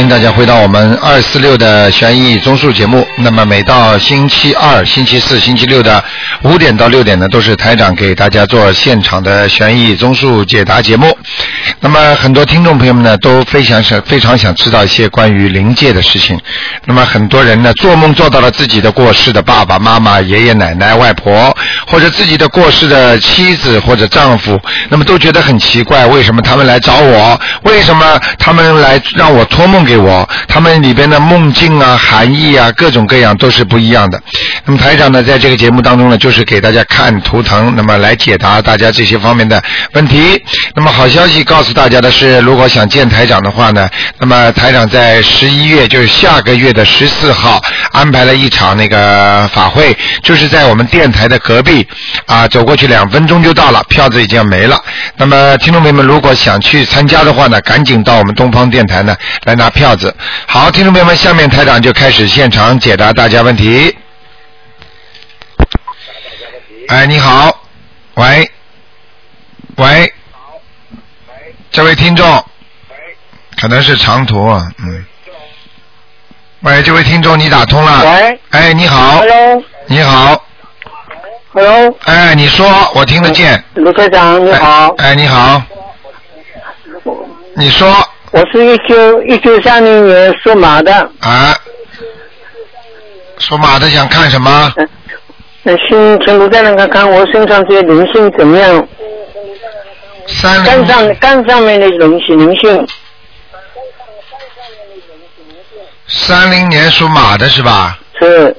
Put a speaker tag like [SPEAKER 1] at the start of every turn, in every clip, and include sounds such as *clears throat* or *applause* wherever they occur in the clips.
[SPEAKER 1] 迎大家回到我们二四六的悬疑综述节目。那么每到星期二、星期四、星期六的五点到六点呢，都是台长给大家做现场的悬疑综述解答节目。那么很多听众朋友们呢，都非常想非常想知道一些关于灵界的事情。那么很多人呢，做梦做到了自己的过世的爸爸妈妈、爷爷奶奶、外婆，或者自己的过世的妻子或者丈夫，那么都觉得很奇怪，为什么他们来找我？为什么他们来让我托梦给我？他们里边的梦境啊、含义啊，各种各样都是不一样的。那么台长呢，在这个节目当中呢，就是给大家看图腾，那么来解答大家这些方面的问题。那么好消息告诉大家的是，如果想见台长的话呢，那么台长在十一月，就是下个月的十四号，安排了一场那个法会，就是在我们电台的隔壁啊，走过去两分钟就到了，票子已经要没了。那么听众朋友们，如果想去参加的话呢，赶紧到我们东方电台呢来拿票子。好，听众朋友们，下面台长就开始现场解答大家问题。哎，你好，喂，喂，这位听众，可能是长途啊，嗯，喂，这位听众，你打通了，
[SPEAKER 2] 喂
[SPEAKER 1] 哎，你好，
[SPEAKER 2] ，Hello，Hello，
[SPEAKER 1] 你好，哎，你说，我听得见，
[SPEAKER 2] 卢科长你好，
[SPEAKER 1] 哎，哎哎你好，你说，
[SPEAKER 2] 我是一九一九三零年属马的，
[SPEAKER 1] 啊，属马的想看什么？
[SPEAKER 2] 那请请卢站长看看我身上这些灵性怎么样？
[SPEAKER 1] 三
[SPEAKER 2] 肝
[SPEAKER 1] 零
[SPEAKER 2] 上肝上面的灵性灵性，
[SPEAKER 1] 三零年属马的是吧？
[SPEAKER 2] 是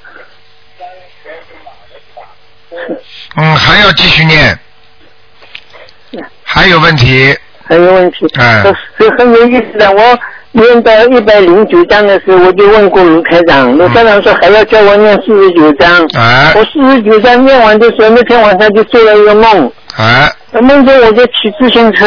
[SPEAKER 1] 嗯，还要继续念
[SPEAKER 2] 嗯，
[SPEAKER 1] 还有问题，
[SPEAKER 2] 很有问题。
[SPEAKER 1] 哎
[SPEAKER 2] 可是很有意思的，我念到一百零九章的时候，我就问过卢科长，卢科长说还要叫我念四十九章。
[SPEAKER 1] 嗯哎
[SPEAKER 2] 我四十九章念完的时候，那天晚上就做了一个梦。
[SPEAKER 1] 哎，
[SPEAKER 2] 梦见我在骑自行车，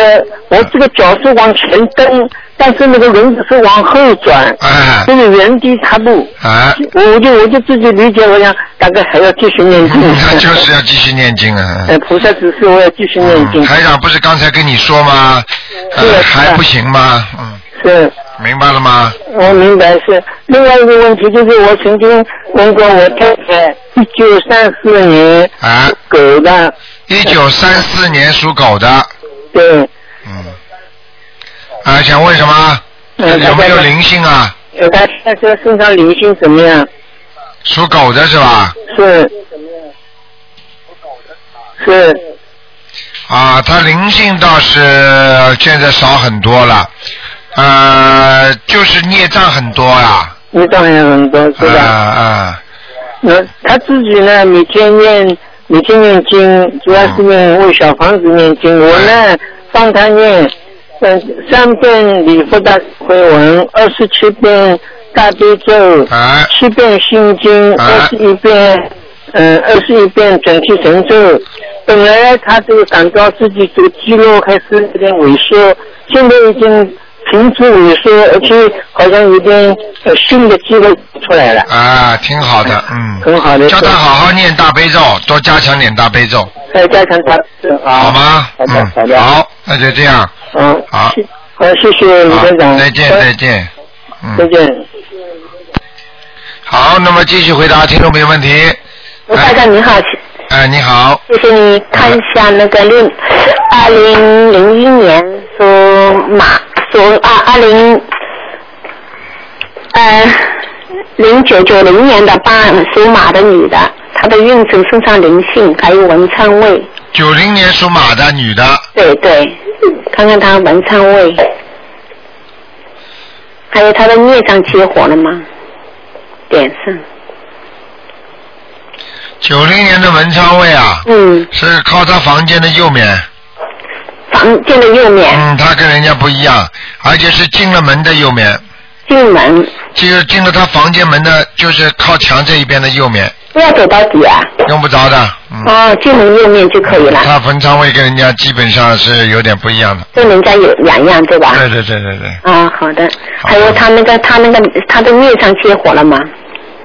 [SPEAKER 2] 我这个脚是往前蹬，但是那个轮子是往后转，
[SPEAKER 1] 哎
[SPEAKER 2] 就是原地踏步。
[SPEAKER 1] 哎，
[SPEAKER 2] 我就我就自己理解，我想大概还要继续念经。
[SPEAKER 1] 嗯那 *laughs* 就是要继续念经啊。
[SPEAKER 2] 呃，菩萨指示我要继续念经
[SPEAKER 1] 嗯，台长不是刚才跟你说吗？
[SPEAKER 2] 是
[SPEAKER 1] 呃，
[SPEAKER 2] 的
[SPEAKER 1] 还不行吗？嗯，
[SPEAKER 2] 是，
[SPEAKER 1] 明白了吗？
[SPEAKER 2] 我明白是。另外一个问题就是，我曾经问过我太太，一九三四年
[SPEAKER 1] 啊，
[SPEAKER 2] 狗的，
[SPEAKER 1] 一九三四年属狗的，
[SPEAKER 2] 对，
[SPEAKER 1] 嗯，啊，想问什么？
[SPEAKER 2] 嗯
[SPEAKER 1] 有没有
[SPEAKER 2] 大概
[SPEAKER 1] 灵性啊？
[SPEAKER 2] 呃，她她说身上灵性怎么样？
[SPEAKER 1] 属狗的是吧？
[SPEAKER 2] 是，是。
[SPEAKER 1] 啊，它灵性倒是呃现在少很多了，呃，就是孽障很多啊，
[SPEAKER 2] 你当然很多
[SPEAKER 1] 啊
[SPEAKER 2] 是吧？
[SPEAKER 1] 啊，
[SPEAKER 2] 那、他自己呢，每天念，每天念经，主要是念为小房子念经。我
[SPEAKER 1] 哎
[SPEAKER 2] 呢，帮他念，嗯、三遍礼佛大回文，二十七遍大悲咒，
[SPEAKER 1] 哎
[SPEAKER 2] 七遍心经，
[SPEAKER 1] 啊
[SPEAKER 2] 二十一遍，嗯、二十一遍准提神咒。本来他这个感到自己这个肌肉开始有点萎缩，现在已经停止萎缩，而且好像有点、呃、新的肌肉出来了，
[SPEAKER 1] 啊，挺好的，嗯，
[SPEAKER 2] 很好的。
[SPEAKER 1] 叫他好好念大悲咒，多加强点大悲咒，
[SPEAKER 2] 再哎加强他
[SPEAKER 1] 好吗？
[SPEAKER 2] 啊好的，好
[SPEAKER 1] 嗯，
[SPEAKER 2] 的，，
[SPEAKER 1] 好，那就这样，
[SPEAKER 2] 嗯，
[SPEAKER 1] 好
[SPEAKER 2] 谢，好，谢谢卢
[SPEAKER 1] 好
[SPEAKER 2] 院，长，
[SPEAKER 1] 再见，
[SPEAKER 2] 呃
[SPEAKER 1] 再见，
[SPEAKER 2] 再
[SPEAKER 1] 嗯，
[SPEAKER 2] 见。
[SPEAKER 1] 好，那么继续回答听众朋友问题。
[SPEAKER 3] 吴台长你好，
[SPEAKER 1] 哎，你好，
[SPEAKER 3] 谢谢你看一下那个六二零零一年属马属啊二零呃零九九零年的八属马的女的，她的运程身上灵性还有文昌位，
[SPEAKER 1] 九零年属马的女的，
[SPEAKER 3] 对对，看看她文昌位，还有她的孽障激活了吗？点上，
[SPEAKER 1] 九零年的文昌位啊，
[SPEAKER 3] 嗯，
[SPEAKER 1] 是靠她房间的右面。
[SPEAKER 3] 房间的右面
[SPEAKER 1] 嗯，他跟人家不一样，而且是进了门的右面，
[SPEAKER 3] 进门
[SPEAKER 1] 进了进了他房间门的，就是靠墙这一边的右面，
[SPEAKER 3] 不要走到底啊。
[SPEAKER 1] 用不着的。嗯，
[SPEAKER 3] 哦，进门右面就可以了，
[SPEAKER 1] 他坟场位跟人家基本上是有点不一样的。
[SPEAKER 3] 跟人家有两样对吧？
[SPEAKER 1] 对对对对对，
[SPEAKER 3] 啊、好的。
[SPEAKER 1] 好
[SPEAKER 3] 还有他那个他那个他的面上接火了吗？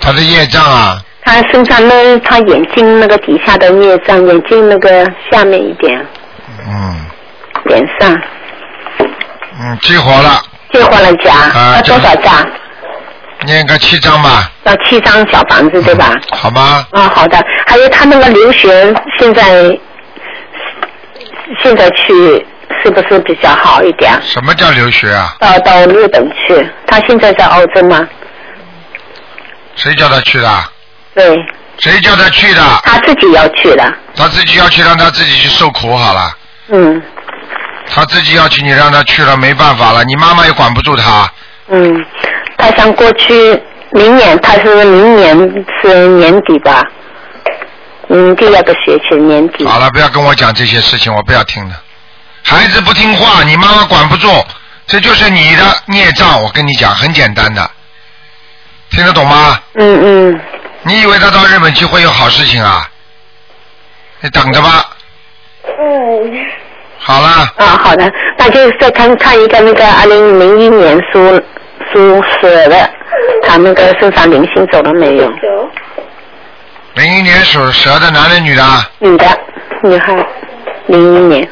[SPEAKER 1] 他的业障啊，
[SPEAKER 3] 他身上呢，他眼睛那个底下的孽障，眼睛那个下面一点，
[SPEAKER 1] 嗯
[SPEAKER 3] 脸上
[SPEAKER 1] 嗯，激活了，
[SPEAKER 3] 激结婚了家，
[SPEAKER 1] 啊
[SPEAKER 3] 要多少
[SPEAKER 1] 这个
[SPEAKER 3] 张？
[SPEAKER 1] 念个七章吧，
[SPEAKER 3] 要七张小房子对吧？
[SPEAKER 1] 好吗？
[SPEAKER 3] 啊、好的。还有他那个留学，现在现在去是不是比较好一点？
[SPEAKER 1] 什么叫留学啊？
[SPEAKER 3] 到到日本去，他现在在澳洲吗？
[SPEAKER 1] 谁叫他去的？啊
[SPEAKER 3] 对，
[SPEAKER 1] 谁叫他去的？
[SPEAKER 3] 他自己要去的。
[SPEAKER 1] 他自己要去，让他自己去受苦好了。
[SPEAKER 3] 嗯
[SPEAKER 1] 他自己要去，你让他去了，没办法了，你妈妈也管不住他。
[SPEAKER 3] 嗯，他想过去，明年他是明年是年底吧？嗯，第二个学期年底。
[SPEAKER 1] 好了，不要跟我讲这些事情，我不要听了。孩子不听话，你妈妈管不住，这就是你的孽障。我跟你讲，很简单的，听得懂吗？
[SPEAKER 3] 嗯嗯，
[SPEAKER 1] 你以为他到日本去会有好事情啊？你等着吧。好了，
[SPEAKER 3] 啊，好的，那就是再看看一个那个二零零一年属属蛇的，他那个身上灵性走了没有？
[SPEAKER 1] 零一年属蛇的男的啊女的，
[SPEAKER 3] 女的，女孩，零一年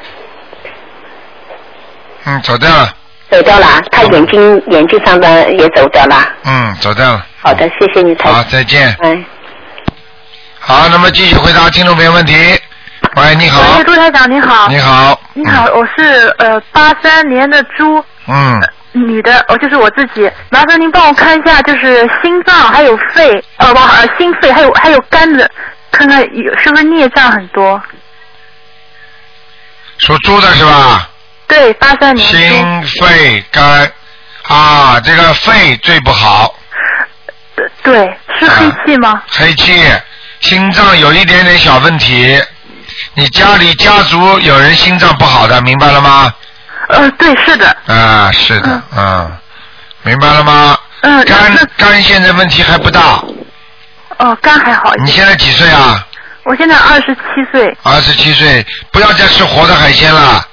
[SPEAKER 1] 嗯，走掉了，
[SPEAKER 3] 走掉了，她眼睛眼睛上的也走掉了。
[SPEAKER 1] 嗯，走掉了。
[SPEAKER 3] 好的，谢谢你，台
[SPEAKER 1] 好，
[SPEAKER 3] 长。
[SPEAKER 1] 再见。
[SPEAKER 3] 哎，
[SPEAKER 1] 好，那么继续回答听众朋友问题。喂，你好，
[SPEAKER 4] 喂，陆台长，你好。
[SPEAKER 1] 你好，
[SPEAKER 4] 你好，我是呃八三年的猪，
[SPEAKER 1] 嗯，
[SPEAKER 4] 女的，哦，就是我自己。麻烦您帮我看一下，就是心脏还有肺，呃，不，呃，心肺还有还有肝的，看看有是不是孽障很多。
[SPEAKER 1] 属猪的是吧？
[SPEAKER 4] 对，八三嗯年猪。
[SPEAKER 1] 心肺肝啊，这个肺最不好，
[SPEAKER 4] 呃对，是黑气吗？
[SPEAKER 1] 黑气，心脏有一点点小问题。你家里家族有人心脏不好的，明白了吗？嗯
[SPEAKER 4] 呃，对，是的。
[SPEAKER 1] 啊，是的，嗯，明白了吗？
[SPEAKER 4] 嗯、
[SPEAKER 1] 肝
[SPEAKER 4] 那
[SPEAKER 1] 肝现在问题还不大，
[SPEAKER 4] 哦、肝还好一
[SPEAKER 1] 你
[SPEAKER 4] 点。
[SPEAKER 1] 现在几岁啊？
[SPEAKER 4] 我现在二十七岁。
[SPEAKER 1] 二十七岁，不要再吃活的海鲜了，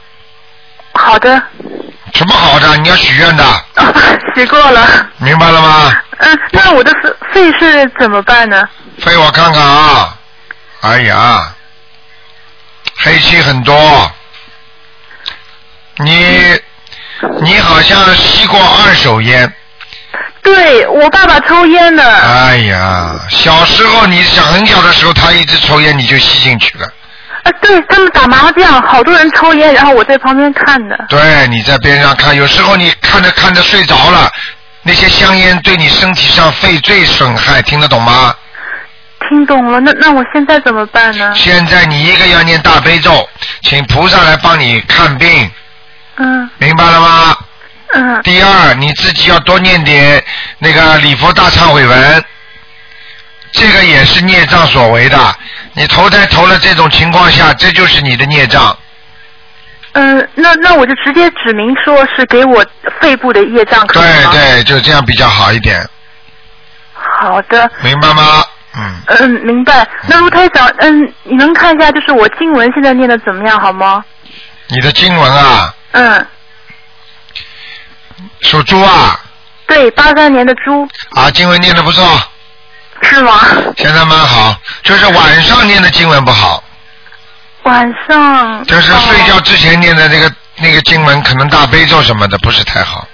[SPEAKER 4] 好的，
[SPEAKER 1] 什么好的？你要许愿的，
[SPEAKER 4] 哦、洗过了。
[SPEAKER 1] 明白了吗？
[SPEAKER 4] 嗯、那我的肺肺是怎么办呢？
[SPEAKER 1] 肺我看看啊，哎呀，黑气很多。你你好像吸过二手烟，
[SPEAKER 4] 对我爸爸抽烟的。
[SPEAKER 1] 哎呀，小时候你想很小的时候，他一直抽烟，你就吸进去了。
[SPEAKER 4] 啊，对他们打麻将，好多人抽烟，然后我在旁边看的。
[SPEAKER 1] 对，你在边上看，有时候你看着看着睡着了，那些香烟对你身体上肺最损害，听得懂吗？
[SPEAKER 4] 听懂了，那那我现在怎么办呢？
[SPEAKER 1] 现在你一个要念大悲咒，请菩萨来帮你看病，
[SPEAKER 4] 嗯
[SPEAKER 1] 明白了吗？
[SPEAKER 4] 嗯
[SPEAKER 1] 第二，你自己要多念点那个礼佛大忏悔文，这个也是孽障所为的。你投胎投了这种情况下，这就是你的孽障。
[SPEAKER 4] 嗯，那那我就直接指明说是给我肺部的业障，可
[SPEAKER 1] 对
[SPEAKER 4] 以吗？
[SPEAKER 1] 对，就这样比较好一点，
[SPEAKER 4] 好的，
[SPEAKER 1] 明白吗？嗯，
[SPEAKER 4] 嗯，明白。那如台长，嗯，你能看一下就是我经文现在念的怎么样好吗？
[SPEAKER 1] 你的经文啊，
[SPEAKER 4] 嗯，
[SPEAKER 1] 属猪啊，
[SPEAKER 4] 对，八三年的猪
[SPEAKER 1] 啊，经文念的不错，
[SPEAKER 4] 是吗？
[SPEAKER 1] 现在蛮好，就是晚上念的经文不好，
[SPEAKER 4] 晚上
[SPEAKER 1] 就是睡觉
[SPEAKER 4] 哦
[SPEAKER 1] 之前念的那个那个经文，可能大悲咒什么的不是太好，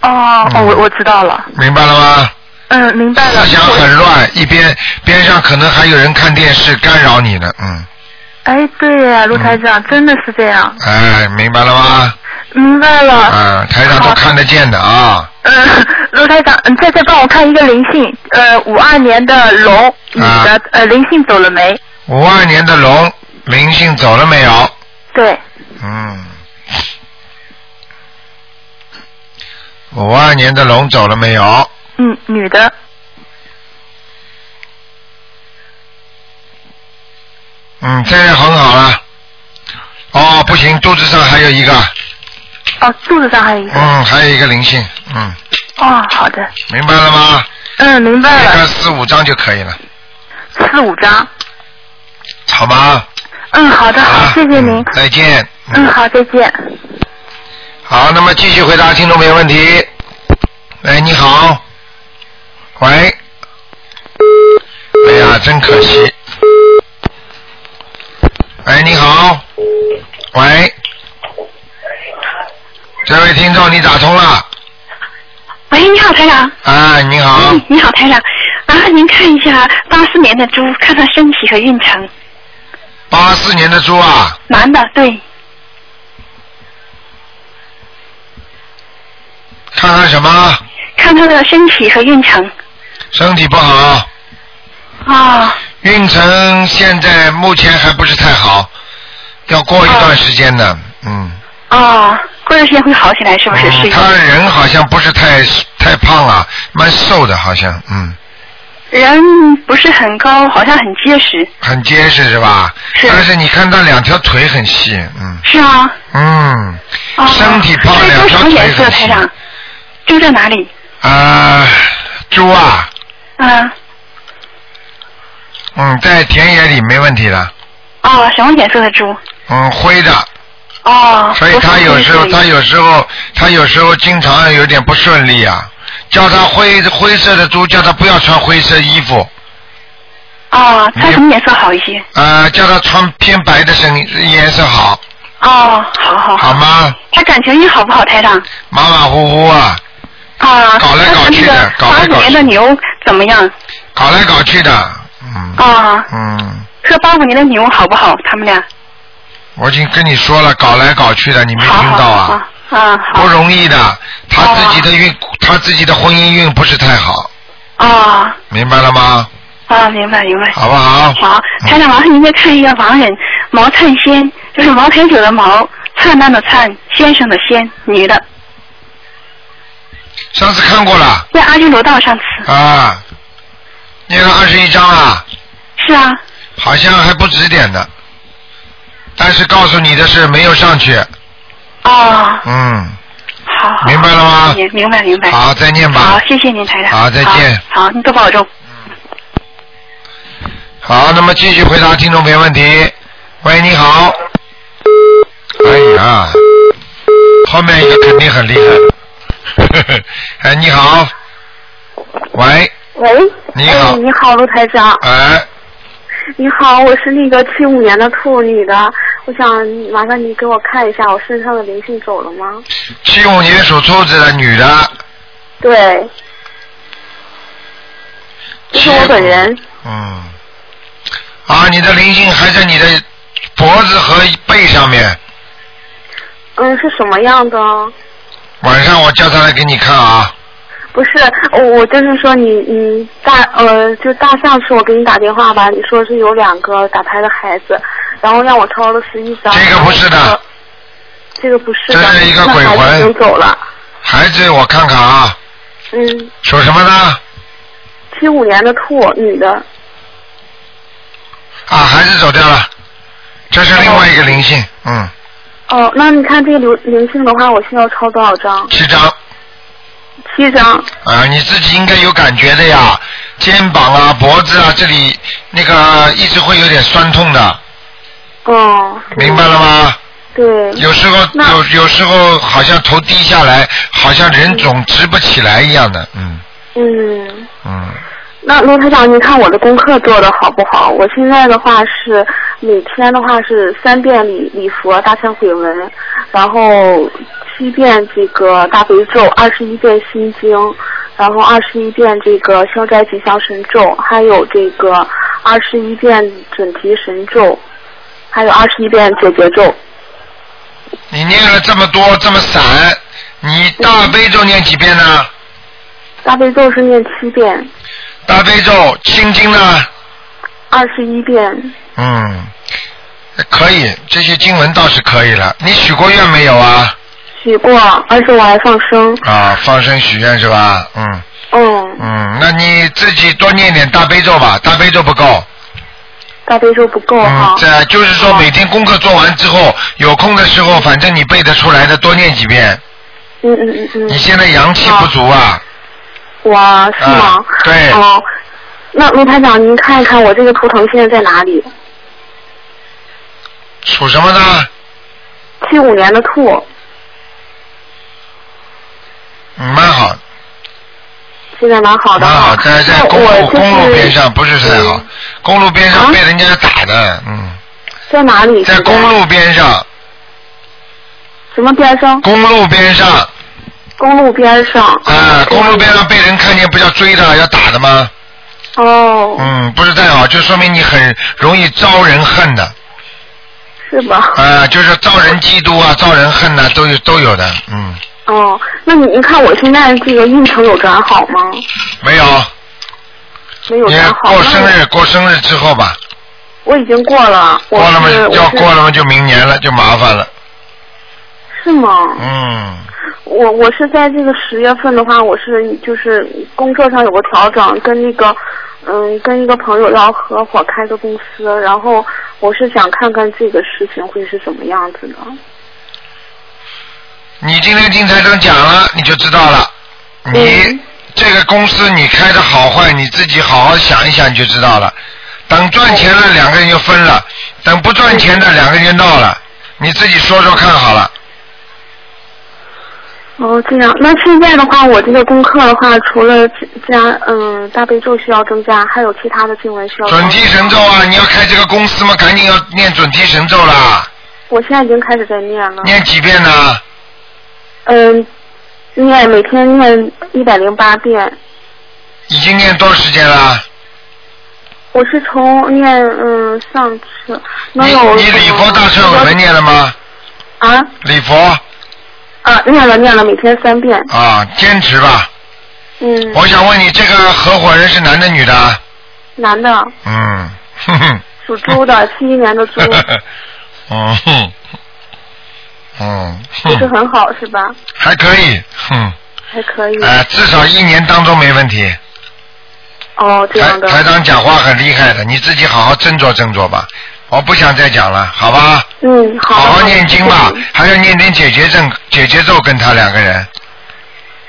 [SPEAKER 4] 哦哦，
[SPEAKER 1] 嗯
[SPEAKER 4] 我我知道了，
[SPEAKER 1] 明白了吗？
[SPEAKER 4] 嗯，明白了。
[SPEAKER 1] 思想
[SPEAKER 4] 我
[SPEAKER 1] 很乱，一边边上可能还有人看电视干扰你呢，嗯，
[SPEAKER 4] 哎，对呀、卢台长，真的是这样。
[SPEAKER 1] 哎，明白了吗？
[SPEAKER 4] 明白了。
[SPEAKER 1] 啊，台上都
[SPEAKER 4] 好
[SPEAKER 1] 看得见的啊，
[SPEAKER 4] 嗯，卢台长，嗯，再再帮我看一个灵性，呃，五二年的龙女的，
[SPEAKER 1] 啊
[SPEAKER 4] 呃，灵性走了没？
[SPEAKER 1] 五二年的龙灵性走了没有？
[SPEAKER 4] 对，
[SPEAKER 1] 嗯，五二年的龙走了没有？
[SPEAKER 4] 嗯，女的，啊
[SPEAKER 1] 嗯，这个很好了。哦，不行，肚子上还有一个，
[SPEAKER 4] 哦，肚子上还有一个，
[SPEAKER 1] 嗯，还有一个灵性，嗯，
[SPEAKER 4] 哦，好的，
[SPEAKER 1] 明白了吗？
[SPEAKER 4] 嗯，明白
[SPEAKER 1] 一
[SPEAKER 4] 了
[SPEAKER 1] 个，四五张就可以了，
[SPEAKER 4] 四五张，
[SPEAKER 1] 好吗？
[SPEAKER 4] 嗯，好的，好，谢谢您
[SPEAKER 1] 嗯，再见。
[SPEAKER 4] 嗯，好，再见。
[SPEAKER 1] 好，那么继续回答听众朋友问题。喂，你好。喂。哎呀，真可惜。喂，你好。喂。这位位听众，你打通了。
[SPEAKER 3] 喂，你好，台长。
[SPEAKER 1] 啊，你好
[SPEAKER 3] 嗯，，你好，台长。啊，您看一下八四年的猪，看看身体和运程。
[SPEAKER 1] 八四年的猪啊，
[SPEAKER 3] 男的，对，
[SPEAKER 1] 看看什么？
[SPEAKER 3] 看他的身体和运程。
[SPEAKER 1] 身体不好，
[SPEAKER 3] 啊、
[SPEAKER 1] 运程现在目前还不是太好，要过一段时间的，嗯。
[SPEAKER 3] 哦，过段时间会好起来，是不是？是
[SPEAKER 1] 嗯，他人好像不是太太胖了，蛮瘦的，好像，嗯，
[SPEAKER 3] 人不是很高，好像很结实。
[SPEAKER 1] 很结实是吧？
[SPEAKER 3] 是
[SPEAKER 1] 但是你看他两条腿很细，嗯
[SPEAKER 3] 是吗？
[SPEAKER 1] 嗯，
[SPEAKER 3] 哦、
[SPEAKER 1] 身体胖，
[SPEAKER 3] 这
[SPEAKER 1] 两
[SPEAKER 3] 都
[SPEAKER 1] 条
[SPEAKER 3] 什么
[SPEAKER 1] 腿
[SPEAKER 3] 颜色，
[SPEAKER 1] 很
[SPEAKER 3] 台
[SPEAKER 1] 细。
[SPEAKER 3] 长？猪在哪里？
[SPEAKER 1] 啊，猪啊，
[SPEAKER 3] 嗯，
[SPEAKER 1] 嗯，在田野里没问题的，
[SPEAKER 3] 哦，什么颜色的猪？
[SPEAKER 1] 嗯，灰的，
[SPEAKER 3] 哦，
[SPEAKER 1] 所以
[SPEAKER 3] 不是
[SPEAKER 1] 他有时候
[SPEAKER 3] 灰色
[SPEAKER 1] 他
[SPEAKER 3] 的
[SPEAKER 1] 有时候他有时候经常有点不顺利啊。叫他灰灰色的猪，叫他不要穿灰色衣服，
[SPEAKER 3] 哦，它什么颜色好一些？
[SPEAKER 1] 呃，叫他穿偏白的身颜色好，
[SPEAKER 3] 哦，好好
[SPEAKER 1] 好吗？
[SPEAKER 3] 他感情运好不好，台长？
[SPEAKER 1] 马马虎虎啊，
[SPEAKER 3] 啊，
[SPEAKER 1] 搞来
[SPEAKER 3] 他
[SPEAKER 1] 搞
[SPEAKER 3] 和
[SPEAKER 1] 去
[SPEAKER 3] 那
[SPEAKER 1] 的
[SPEAKER 3] 个
[SPEAKER 1] 搞
[SPEAKER 3] 八
[SPEAKER 1] 来
[SPEAKER 3] 五
[SPEAKER 1] 搞去
[SPEAKER 3] 年的牛怎么样？
[SPEAKER 1] 搞来搞去的，嗯，
[SPEAKER 3] 啊，
[SPEAKER 1] 嗯，
[SPEAKER 3] 和八五年的牛好不好？他们俩
[SPEAKER 1] 我已经跟你说了，搞来搞去的，你没
[SPEAKER 3] 好
[SPEAKER 1] 听
[SPEAKER 3] 好
[SPEAKER 1] 到啊？
[SPEAKER 3] 好啊啊
[SPEAKER 1] 不
[SPEAKER 3] 好
[SPEAKER 1] 容易的，他自己的运，他自己的婚姻运不是太好，
[SPEAKER 3] 啊
[SPEAKER 1] 明白了吗？
[SPEAKER 3] 啊，明白明白。
[SPEAKER 1] 好不好？
[SPEAKER 3] 好，台长，麻烦您再看一个盲人毛灿仙，就是茅台酒的毛，灿烂的灿，先生的先，女的，
[SPEAKER 1] 上次看过了
[SPEAKER 3] 在阿军楼道上次。
[SPEAKER 1] 啊，念了二十一章啊，
[SPEAKER 3] 是啊，
[SPEAKER 1] 好像还不止点的，但是告诉你的是没有上去，
[SPEAKER 3] 哦，
[SPEAKER 1] 嗯，
[SPEAKER 3] 好，好
[SPEAKER 1] 明白了吗？
[SPEAKER 3] 明明白明白。
[SPEAKER 1] 好，再念吧。
[SPEAKER 3] 好，谢谢您，台长。
[SPEAKER 1] 好再见
[SPEAKER 3] 好，好您多保重。
[SPEAKER 1] 好，那么继续回答听众朋友问题。喂，你好。哎呀，后面一个肯定很厉害。 *laughs* 哎，你好。喂，
[SPEAKER 5] 喂，
[SPEAKER 1] 你好
[SPEAKER 5] 哎、你好，卢台长。
[SPEAKER 1] 哎，
[SPEAKER 5] 你好，我是那个七五年的兔女的，我想麻烦你给我看一下我身上的灵性走了吗？
[SPEAKER 1] 七五年属兔子的女的。
[SPEAKER 5] 对，这是我本人。
[SPEAKER 1] 嗯。啊，你的灵性还在你的脖子和背上面。
[SPEAKER 5] 嗯，是什么样的？
[SPEAKER 1] 晚上我叫他来给你看啊。
[SPEAKER 5] 不是，我我就是说你你大呃，就大上次我给你打电话吧，你说是有两个打胎的孩子，然后让我抄了十一张。
[SPEAKER 1] 这个不是的
[SPEAKER 5] 然后这个，这个不是的，
[SPEAKER 1] 这是一个
[SPEAKER 5] 那
[SPEAKER 1] 鬼魂
[SPEAKER 5] 孩子已经走了。
[SPEAKER 1] 孩子，我看看啊，
[SPEAKER 5] 嗯，
[SPEAKER 1] 属什么呢？
[SPEAKER 5] 七五年的兔女的。
[SPEAKER 1] 啊，孩子走掉了。这是另外一个灵性，嗯。
[SPEAKER 5] 哦，那你看这个灵灵性的话，我需要抄多少张？
[SPEAKER 1] 七张啊、
[SPEAKER 5] 七张。
[SPEAKER 1] 你自己应该有感觉的呀，肩膀啊、脖子啊这里那个一直会有点酸痛的，
[SPEAKER 5] 哦，
[SPEAKER 1] 明白了吗？
[SPEAKER 5] 对，
[SPEAKER 1] 有时候
[SPEAKER 5] 那
[SPEAKER 1] 有有时候好像头低下来，好像人总直不起来一样的，嗯
[SPEAKER 5] 嗯，
[SPEAKER 1] 嗯，
[SPEAKER 5] 那罗台长，你看我的功课做的好不好？我现在的话是每天的话是三遍礼礼佛大忏悔文，然后七遍这个大悲咒，二十一遍心经，然后二十一遍这个消灾吉祥神咒，还有这个二十一遍准提神咒，还有二十一遍解结咒。
[SPEAKER 1] 你念了这么多这么散，你大悲咒念几遍呢？
[SPEAKER 5] 大悲咒是念七遍，
[SPEAKER 1] 大悲咒心经呢？
[SPEAKER 5] 二十一遍。
[SPEAKER 1] 嗯，可以，这些经文倒是可以了。你许过愿没有啊？
[SPEAKER 5] 许过，而且我还放生。
[SPEAKER 1] 啊，放生许愿是吧？嗯。
[SPEAKER 5] 嗯，
[SPEAKER 1] 嗯，那你自己多念点大悲咒吧，大悲咒不够。
[SPEAKER 5] 大悲咒不够啊
[SPEAKER 1] 嗯，。
[SPEAKER 5] 哈
[SPEAKER 1] 这就是说每天功课做完之后，有空的时候，反正你背得出来的多念几遍。
[SPEAKER 5] 嗯嗯嗯
[SPEAKER 1] 你
[SPEAKER 5] 嗯。
[SPEAKER 1] 现在阳气不足啊，
[SPEAKER 5] 哇，是吗
[SPEAKER 1] 啊？，对，
[SPEAKER 5] 哦，那卢台长，您看一看我这个图腾现在在哪里？
[SPEAKER 1] 属什么呢？
[SPEAKER 5] 七五年的兔，
[SPEAKER 1] 嗯蛮好，
[SPEAKER 5] 现在蛮好的
[SPEAKER 1] 蛮
[SPEAKER 5] 哈。
[SPEAKER 1] 好，啊在在
[SPEAKER 5] 那
[SPEAKER 1] 公
[SPEAKER 5] 我
[SPEAKER 1] 路
[SPEAKER 5] 就是
[SPEAKER 1] 公路边上不是太好
[SPEAKER 5] 嗯，
[SPEAKER 1] 公路边上
[SPEAKER 5] 啊
[SPEAKER 1] 被人家打的，嗯，
[SPEAKER 5] 在哪里？
[SPEAKER 1] 在
[SPEAKER 5] 现
[SPEAKER 1] 公。路边上，
[SPEAKER 5] 什么边上？
[SPEAKER 1] 公路边上啊、
[SPEAKER 5] 公路边上。
[SPEAKER 1] 公路边上被人看见，不要追的，要打的吗？
[SPEAKER 5] 哦，
[SPEAKER 1] 嗯，不是太好，就说明你很容易招人恨的，
[SPEAKER 5] 是吧？
[SPEAKER 1] 啊，就是招人嫉妒啊，招人恨呐、都有都有的，嗯，
[SPEAKER 5] 哦，那你你看我现在这个运程有转好吗？
[SPEAKER 1] 没有，
[SPEAKER 5] 没有
[SPEAKER 1] 你
[SPEAKER 5] 转好。
[SPEAKER 1] 过
[SPEAKER 5] 那
[SPEAKER 1] 生日过生日之后吧，
[SPEAKER 5] 我已经过了，我
[SPEAKER 1] 过了嘛
[SPEAKER 5] 是我
[SPEAKER 1] 要
[SPEAKER 5] 是
[SPEAKER 1] 过了嘛就明年了，就麻烦了，
[SPEAKER 5] 是吗？
[SPEAKER 1] 嗯，
[SPEAKER 5] 我我是在这个十月份的话，我是就是工作上有个调整，跟那个嗯跟一个朋友然后合伙开个公司，然后我是想看看这个事情会是什么样子的。
[SPEAKER 1] 你今天听台长讲了，你就知道了。你这个公司你开的好坏，你自己好好想一想，你就知道了。等赚钱了，两个人就分了；等不赚钱的，两个人就闹了。你自己说说看好了。
[SPEAKER 5] 哦，这样。那现在的话，我这个功课的话，除了加嗯大悲咒需要增加，还有其他的经文需要增加。
[SPEAKER 1] 准提神咒啊，你要开这个公司嘛，赶紧要念准提神咒啦，
[SPEAKER 5] 我现在已经开始在念了。
[SPEAKER 1] 念几遍呢？
[SPEAKER 5] 嗯，念每天念一百零八遍。
[SPEAKER 1] 已经念多少时间了？
[SPEAKER 5] 我是从念嗯上次
[SPEAKER 1] 你
[SPEAKER 5] 能有
[SPEAKER 1] 你礼佛大忏悔文念了吗？
[SPEAKER 5] 啊
[SPEAKER 1] 礼佛
[SPEAKER 5] 啊念了念了，每天三遍。
[SPEAKER 1] 啊，坚持吧。
[SPEAKER 5] 嗯，
[SPEAKER 1] 我想问你，这个合伙人是男的女的啊？
[SPEAKER 5] 男的，
[SPEAKER 1] 嗯，哼哼。
[SPEAKER 5] 属
[SPEAKER 1] *laughs*
[SPEAKER 5] 猪的，七一年的猪，
[SPEAKER 1] 嗯哼，嗯
[SPEAKER 5] 不是
[SPEAKER 1] 哼，
[SPEAKER 5] 很好是吧？
[SPEAKER 1] 还可以，哼，
[SPEAKER 5] 还可以。
[SPEAKER 1] 呃，至少一年当中没问题。
[SPEAKER 5] 哦，这
[SPEAKER 1] 台
[SPEAKER 5] 样的。
[SPEAKER 1] 台长讲话很厉害的，你自己好好斟酌斟酌吧。我不想再讲了，好吧？
[SPEAKER 5] 嗯，好。
[SPEAKER 1] 好好
[SPEAKER 5] 的
[SPEAKER 1] 念经吧
[SPEAKER 5] 谢谢，
[SPEAKER 1] 还要念点解决症、解决咒跟他两个人。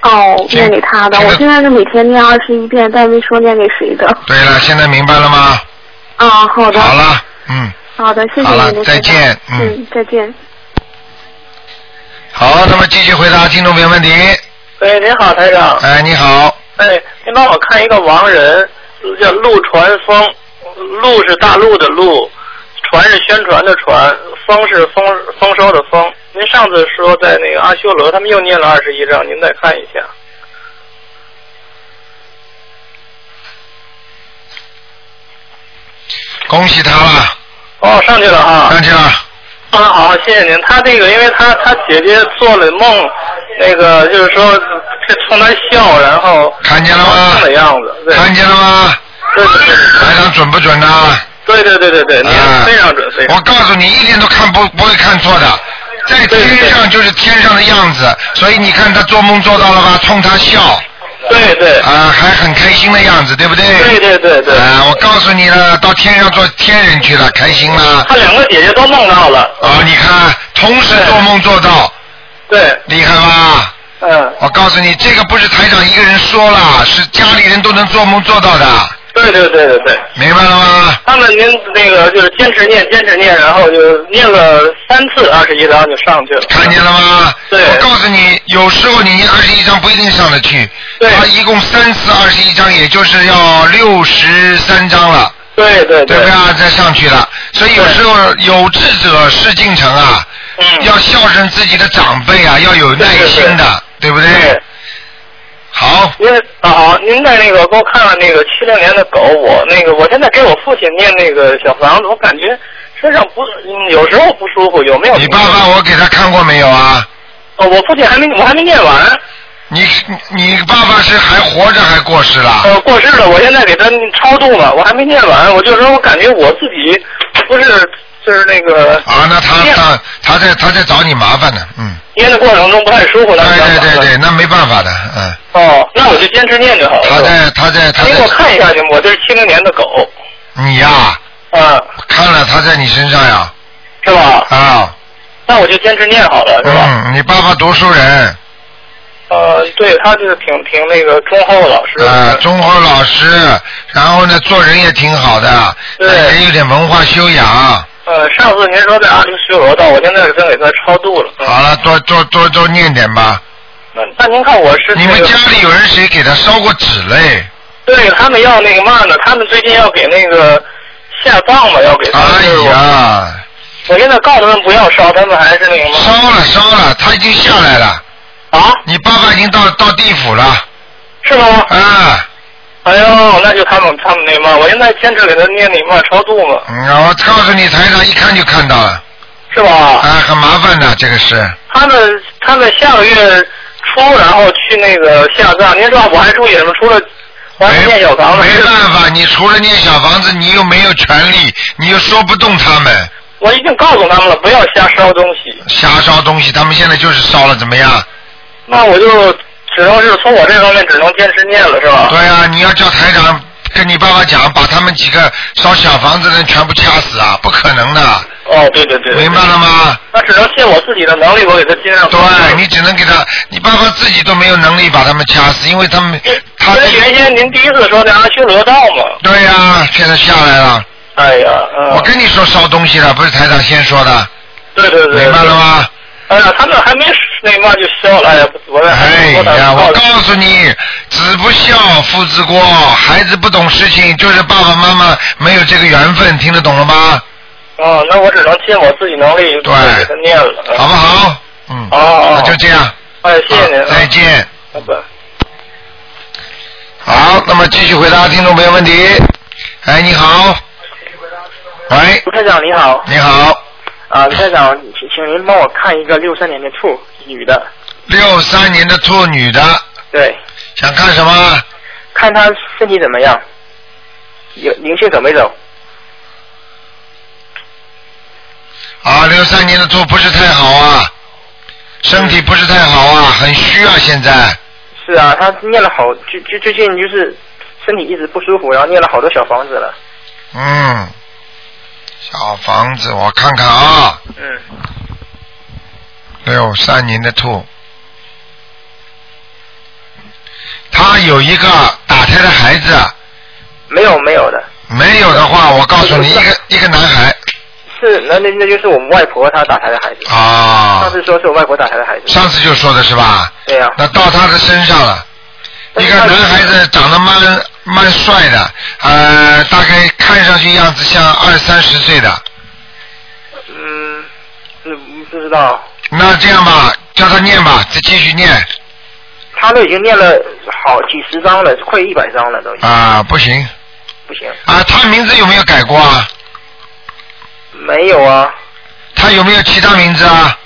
[SPEAKER 5] 哦，念给他的，
[SPEAKER 1] 这个
[SPEAKER 5] 我现在是每天念二十一遍，但没说念给谁的。
[SPEAKER 1] 对了，现在明白了吗？
[SPEAKER 5] 啊，好的。
[SPEAKER 1] 好。了，嗯，
[SPEAKER 5] 好的，谢谢
[SPEAKER 1] 好了
[SPEAKER 5] 您的
[SPEAKER 1] 再
[SPEAKER 5] 指导
[SPEAKER 1] 见嗯
[SPEAKER 5] 嗯，再见。
[SPEAKER 1] 好，那么继续回答听众朋友问题。
[SPEAKER 6] 哎，您好，台长。
[SPEAKER 1] 哎，你好，
[SPEAKER 6] 哎，您帮我看一个亡人，叫陆传峰，陆是大陆的陆，传是宣传的传，丰是丰丰收的丰。您上次说在那个阿修罗，他们又念了二十一章，您再看一下。
[SPEAKER 1] 恭喜他了，
[SPEAKER 6] 哦，上去了哈。
[SPEAKER 1] 上去了。
[SPEAKER 6] 啊，好，谢谢您。他这个，因为他他姐姐做了梦，那个就是说这冲他笑，然后
[SPEAKER 1] 哦看见了吗
[SPEAKER 6] 的样子，对，
[SPEAKER 1] 看见了吗？
[SPEAKER 6] 对对对
[SPEAKER 1] 台长准不准呢、
[SPEAKER 6] 对对对对对，您
[SPEAKER 1] 啊
[SPEAKER 6] 非常准，非常
[SPEAKER 1] 我告诉你，一点都看不不会看错的，在天上就是天上的样子，所以你看他做梦做到了吧，冲他笑
[SPEAKER 6] 对对
[SPEAKER 1] 啊、还很开心的样子，对不对？
[SPEAKER 6] 对对对对，
[SPEAKER 1] 啊、我告诉你了，到天上做天人去了，开心吗？
[SPEAKER 6] 他两个姐姐都梦到了，
[SPEAKER 1] 啊、你看，同时做梦做到，
[SPEAKER 6] 对，
[SPEAKER 1] 厉害吧？
[SPEAKER 6] 嗯，
[SPEAKER 1] 我告诉你，这个不是台长一个人说了，是家里人都能做梦做到的，
[SPEAKER 6] 对对对对对。
[SPEAKER 1] 明白了吗？
[SPEAKER 6] 他们您那个就是坚持念，坚持念，然后就念了三次二十一章就上去了。
[SPEAKER 1] 看见了吗？
[SPEAKER 6] 对
[SPEAKER 1] 我告诉你，有时候你二十一张不一定上得去。
[SPEAKER 6] 对
[SPEAKER 1] 他一共三次二十一张，也就是要六十三张了，
[SPEAKER 6] 对对
[SPEAKER 1] 对不对啊？再上去了，所以有时候有志者事竟成啊，
[SPEAKER 6] 嗯，
[SPEAKER 1] 要孝顺自己的长辈啊，要有耐心的，对不对？
[SPEAKER 6] 对。
[SPEAKER 1] 好，
[SPEAKER 6] 您啊，好，您在那个给我看看那个七零年的狗，我那个我现在给我父亲念那个小房子，我感觉身上不嗯有时候不舒服，有没有？
[SPEAKER 1] 你爸爸我给他看过没有啊？
[SPEAKER 6] 哦，我父亲还没我还没念完，
[SPEAKER 1] 你你爸爸是还活着还过世了？
[SPEAKER 6] 呃，过世了，我现在给他嗯超度呢，我还没念完，我就说我感觉我自己不是就是那个
[SPEAKER 1] 啊，那他
[SPEAKER 6] 念
[SPEAKER 1] 他他在他在找你麻烦呢，嗯，
[SPEAKER 6] 念的过程中不太舒服，
[SPEAKER 1] 对
[SPEAKER 6] 那
[SPEAKER 1] 对
[SPEAKER 6] 就
[SPEAKER 1] 对
[SPEAKER 6] 想
[SPEAKER 1] 对，那没办法的，嗯。
[SPEAKER 6] 哦，那我就坚持念就好了。
[SPEAKER 1] 他在他在他
[SPEAKER 6] 您哎给我
[SPEAKER 1] 在
[SPEAKER 6] 看一下行吗？我这是七零年的狗，
[SPEAKER 1] 你呀、
[SPEAKER 6] 啊，
[SPEAKER 1] 看了他在你身上呀
[SPEAKER 6] 是吧？
[SPEAKER 1] 啊，
[SPEAKER 6] 那我就坚持念好了，是吧？
[SPEAKER 1] 嗯，你爸爸读书人，
[SPEAKER 6] 呃，对，他就是挺挺那个忠厚老实的。
[SPEAKER 1] 呃，忠厚老实，然后呢，做人也挺好的，
[SPEAKER 6] 对
[SPEAKER 1] 也有点文化修养。
[SPEAKER 6] 呃，上次您说在阿修修罗道，我现在真给他超度了。嗯
[SPEAKER 1] 好了，多多多多念点吧。
[SPEAKER 6] 那那您看我是、那
[SPEAKER 1] 你
[SPEAKER 6] 个
[SPEAKER 1] 们家里有人谁给他烧过纸嘞？
[SPEAKER 6] 对他们要那个嘛呢？他们最近要给那个下葬嘛，要给他。
[SPEAKER 1] 哎
[SPEAKER 6] 就是我
[SPEAKER 1] 呀，
[SPEAKER 6] 我现在告诉他们不要烧，他们还是那个吗？
[SPEAKER 1] 烧了烧了，他已经下来了，
[SPEAKER 6] 啊，
[SPEAKER 1] 你爸爸已经到到地府了
[SPEAKER 6] 是吗？
[SPEAKER 1] 啊！
[SPEAKER 6] 哎呦，那就他们他们那嘛，我现在坚持给他念你嘛超度嘛，
[SPEAKER 1] 嗯，我告诉你，台长一看就看到了，
[SPEAKER 6] 是吧？
[SPEAKER 1] 啊，很麻烦的，这个是。
[SPEAKER 6] 他们他们下个月初，然后去那个下葬。您说我还注意什么？除了我还念小房子，
[SPEAKER 1] 没办法，你除了念小房子，你又没有权利，你又说不动他们，
[SPEAKER 6] 我已经告诉他们了，不要瞎烧东西。
[SPEAKER 1] 瞎烧东西，他们现在就是烧了，怎么样？
[SPEAKER 6] 那我就只能是从我这方面只能坚持念了，是吧？
[SPEAKER 1] 对啊，你要叫台长跟你爸爸讲，把他们几个烧小房子的人全部掐死啊，不可能的，
[SPEAKER 6] 哦，对对对，
[SPEAKER 1] 明白了吗？
[SPEAKER 6] 那只能尽我自己的能力，我给他尽量。
[SPEAKER 1] 对你只能给他，你爸爸自己都没有能力把他们掐死，因为他们他
[SPEAKER 6] 因为原先您第一次说那阿修罗道嘛，
[SPEAKER 1] 对呀、现在下来了。
[SPEAKER 6] 哎呀，嗯，
[SPEAKER 1] 我跟你说烧东西了，不是台长先说的，
[SPEAKER 6] 对对对，
[SPEAKER 1] 明白了？吗？
[SPEAKER 6] 哎呀，他们还没那嘛就消了，哎呀，我这
[SPEAKER 1] 哎
[SPEAKER 6] *laughs* 我
[SPEAKER 1] 呀，我
[SPEAKER 6] 告
[SPEAKER 1] 告诉你，子不孝，父之过。孩子不懂事情，就是爸爸妈妈没有这个缘分，听得懂了吗？
[SPEAKER 6] 哦，那我只能尽我自己能力
[SPEAKER 1] 对
[SPEAKER 6] 给他念了，嗯
[SPEAKER 1] 好不？好？嗯，
[SPEAKER 6] 哦哦
[SPEAKER 1] 那就这样，
[SPEAKER 6] 哎，谢谢您，
[SPEAKER 1] 好再，见。
[SPEAKER 6] 拜拜。
[SPEAKER 1] 好，那么继续回答听众朋友问题。哎，你好。喂，
[SPEAKER 7] 卢台长你好，
[SPEAKER 1] 你好，
[SPEAKER 7] 啊，卢台长，请请您帮我看一个六三年的兔女的，
[SPEAKER 1] 六三年的兔女的，
[SPEAKER 7] 对，
[SPEAKER 1] 想看什么？
[SPEAKER 7] 看她身体怎么样，有灵性走没走？
[SPEAKER 1] 啊，六三年的兔不是太好啊，身体不是太好啊，很虚啊，现在。
[SPEAKER 7] 是啊，她念了好，最最最近就是身体一直不舒服，然后念了好多小房子了。
[SPEAKER 1] 嗯，小房子，我看看啊，
[SPEAKER 7] 嗯，
[SPEAKER 1] 六三年的兔，他有一个打胎的孩子，
[SPEAKER 7] 没有没有的，
[SPEAKER 1] 没有的话，我告诉你，一个一个男孩
[SPEAKER 7] 是那那那就是我们外婆她打胎的孩子，
[SPEAKER 1] 啊
[SPEAKER 7] 上，次说是我外婆打胎的孩子。
[SPEAKER 1] 上次就说的是吧？
[SPEAKER 7] 对呀、
[SPEAKER 1] 那到他的身上了，一个男孩子长得蛮蛮帅的，呃，大概看上去样子像二三十岁的，
[SPEAKER 7] 嗯，是不知道，
[SPEAKER 1] 那这样吧，叫他念吧，再继续念
[SPEAKER 7] 她都已经念了好几十张了，快一百张了都已经，
[SPEAKER 1] 啊，不行。
[SPEAKER 7] 不行，
[SPEAKER 1] 啊，他名字有没有改过啊？
[SPEAKER 7] 没有啊。
[SPEAKER 1] 他有没有其他名字啊？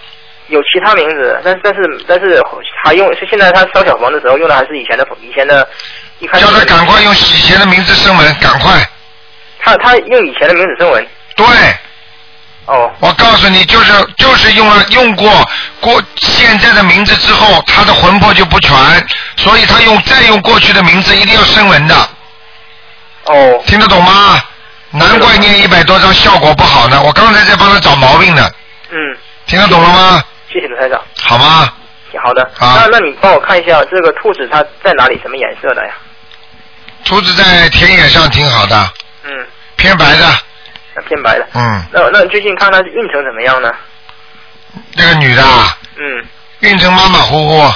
[SPEAKER 7] 有其他名字，但但是但是还用是现在他烧小房的时候用的还是以前的以前的，一开始
[SPEAKER 1] 叫他赶快用以前的名字声纹，赶快。
[SPEAKER 7] 他他用以前的名字声纹
[SPEAKER 1] 对，
[SPEAKER 7] 哦
[SPEAKER 1] 我告诉你，就是就是用了用过过现在的名字之后，他的魂魄就不全，所以他用再用过去的名字一定要声纹的，
[SPEAKER 7] 哦
[SPEAKER 1] 听得懂吗？难怪念一百多张效果不好呢，我刚才在帮他找毛病呢，
[SPEAKER 7] 嗯，
[SPEAKER 1] 听得懂了吗？
[SPEAKER 7] 谢谢卢台长，
[SPEAKER 1] 好吗？
[SPEAKER 7] 好的，
[SPEAKER 1] 啊
[SPEAKER 7] 那那你帮我看一下这个兔子它在哪里什么颜色的呀？
[SPEAKER 1] 兔子在田野上挺好的，
[SPEAKER 7] 嗯，
[SPEAKER 1] 偏白的，
[SPEAKER 7] 偏白的。
[SPEAKER 1] 嗯，
[SPEAKER 7] 那那最近看它运程怎么样呢？
[SPEAKER 1] 那个女的啊
[SPEAKER 7] 嗯，
[SPEAKER 1] 运程马马虎虎，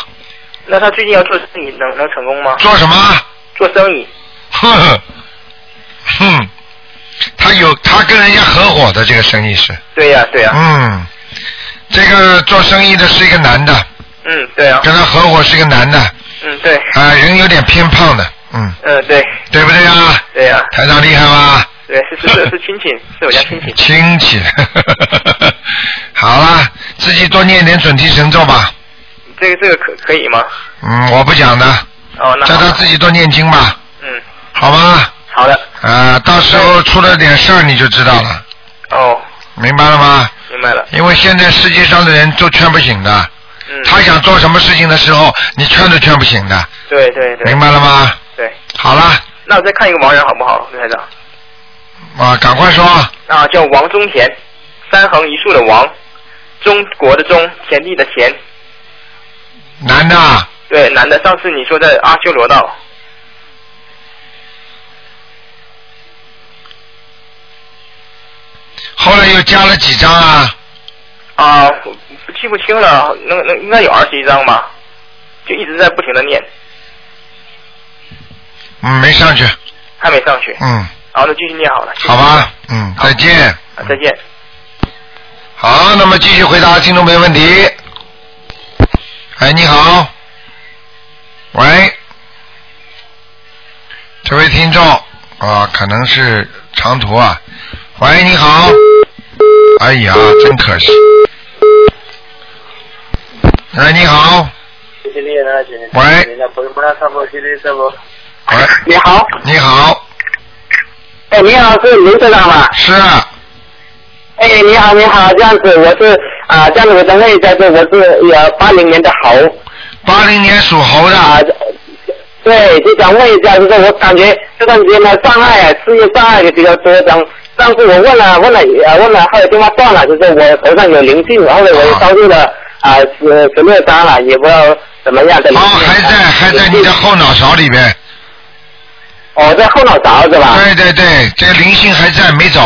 [SPEAKER 7] 那他最近要做生意能能成功吗？
[SPEAKER 1] 做什么？ *laughs*
[SPEAKER 7] 做生意
[SPEAKER 1] 哼哼，哼，他有他跟人家合伙的这个生意是，
[SPEAKER 7] 对呀、对呀、
[SPEAKER 1] 嗯，这个做生意的是一个男的，
[SPEAKER 7] 嗯对呀、
[SPEAKER 1] 跟他合伙是一个男的，啊、
[SPEAKER 7] 嗯对，
[SPEAKER 1] 人有点偏胖的，嗯，
[SPEAKER 7] 嗯对
[SPEAKER 1] 对不对啊？
[SPEAKER 7] 对呀、
[SPEAKER 1] 台长厉害吧？
[SPEAKER 7] 对是是是是亲戚，是我家亲戚。
[SPEAKER 1] 亲戚， *laughs* 好啦，自己多念点准提神咒吧。
[SPEAKER 7] 这个这个可可以吗？
[SPEAKER 1] 嗯，我不讲的，
[SPEAKER 7] 哦，那
[SPEAKER 1] 叫
[SPEAKER 7] 好
[SPEAKER 1] 他自己多念经吧，
[SPEAKER 7] 嗯，
[SPEAKER 1] 好吗？
[SPEAKER 7] 好的，
[SPEAKER 1] 啊、到时候出了点事儿你就知道了，
[SPEAKER 7] 哦，
[SPEAKER 1] 明白了吗？
[SPEAKER 7] 明白了，
[SPEAKER 1] 因为现在世界上的人都劝不醒的，
[SPEAKER 7] 嗯，
[SPEAKER 1] 他想做什么事情的时候，你劝都劝不醒的，
[SPEAKER 7] 对对对
[SPEAKER 1] 明，白了吗？
[SPEAKER 7] 对，
[SPEAKER 1] 好了，
[SPEAKER 7] 那我再看一个盲人好不好，刘台长？
[SPEAKER 1] 啊，赶快说，
[SPEAKER 7] 啊，叫王中田，三横一竖的王，中国的中，田地的田，
[SPEAKER 1] 男的啊，
[SPEAKER 7] 对，男的。上次你说在阿修罗道，
[SPEAKER 1] 后来又加了几张啊？
[SPEAKER 7] 啊，我我记不清了，能能应该有二十一章吧，就一直在不停的念，
[SPEAKER 1] 嗯，没上去，
[SPEAKER 7] 还没上去，
[SPEAKER 1] 嗯，
[SPEAKER 7] 然后呢继续念好了，谢谢
[SPEAKER 1] 好吧，嗯，再见。
[SPEAKER 7] 啊再见。
[SPEAKER 1] 好，那么继续回答听众朋友问题。哎，你好，喂，这位听众啊，可能是长途啊。喂，你好，哎呀，真可惜。哎，你好，啊喂喂，
[SPEAKER 2] 你好，
[SPEAKER 1] 你好，
[SPEAKER 2] 哎，你好，是卢社长吗？
[SPEAKER 1] 是啊
[SPEAKER 2] 哎，你好，你好，这样子我是啊、这样子我等一下子我是呃八零年的猴
[SPEAKER 1] 八零年属猴
[SPEAKER 2] 啊、
[SPEAKER 1] 的，
[SPEAKER 2] 对，就想问一下，就是我感觉这段时间呢障碍啊，事业障碍也比较多。然后上次我问了问了呃问了，后来电话断了，就是我头上有灵性，然后呢
[SPEAKER 1] 哦
[SPEAKER 2] 我又烧入了啊十十六张了，也不知道怎么样的灵
[SPEAKER 1] 哦，
[SPEAKER 2] 性。
[SPEAKER 1] 还在
[SPEAKER 2] 啊
[SPEAKER 1] 还在你的后脑勺里边，
[SPEAKER 2] 哦，在后脑勺是吧？
[SPEAKER 1] 对对对，这个灵性还在没走。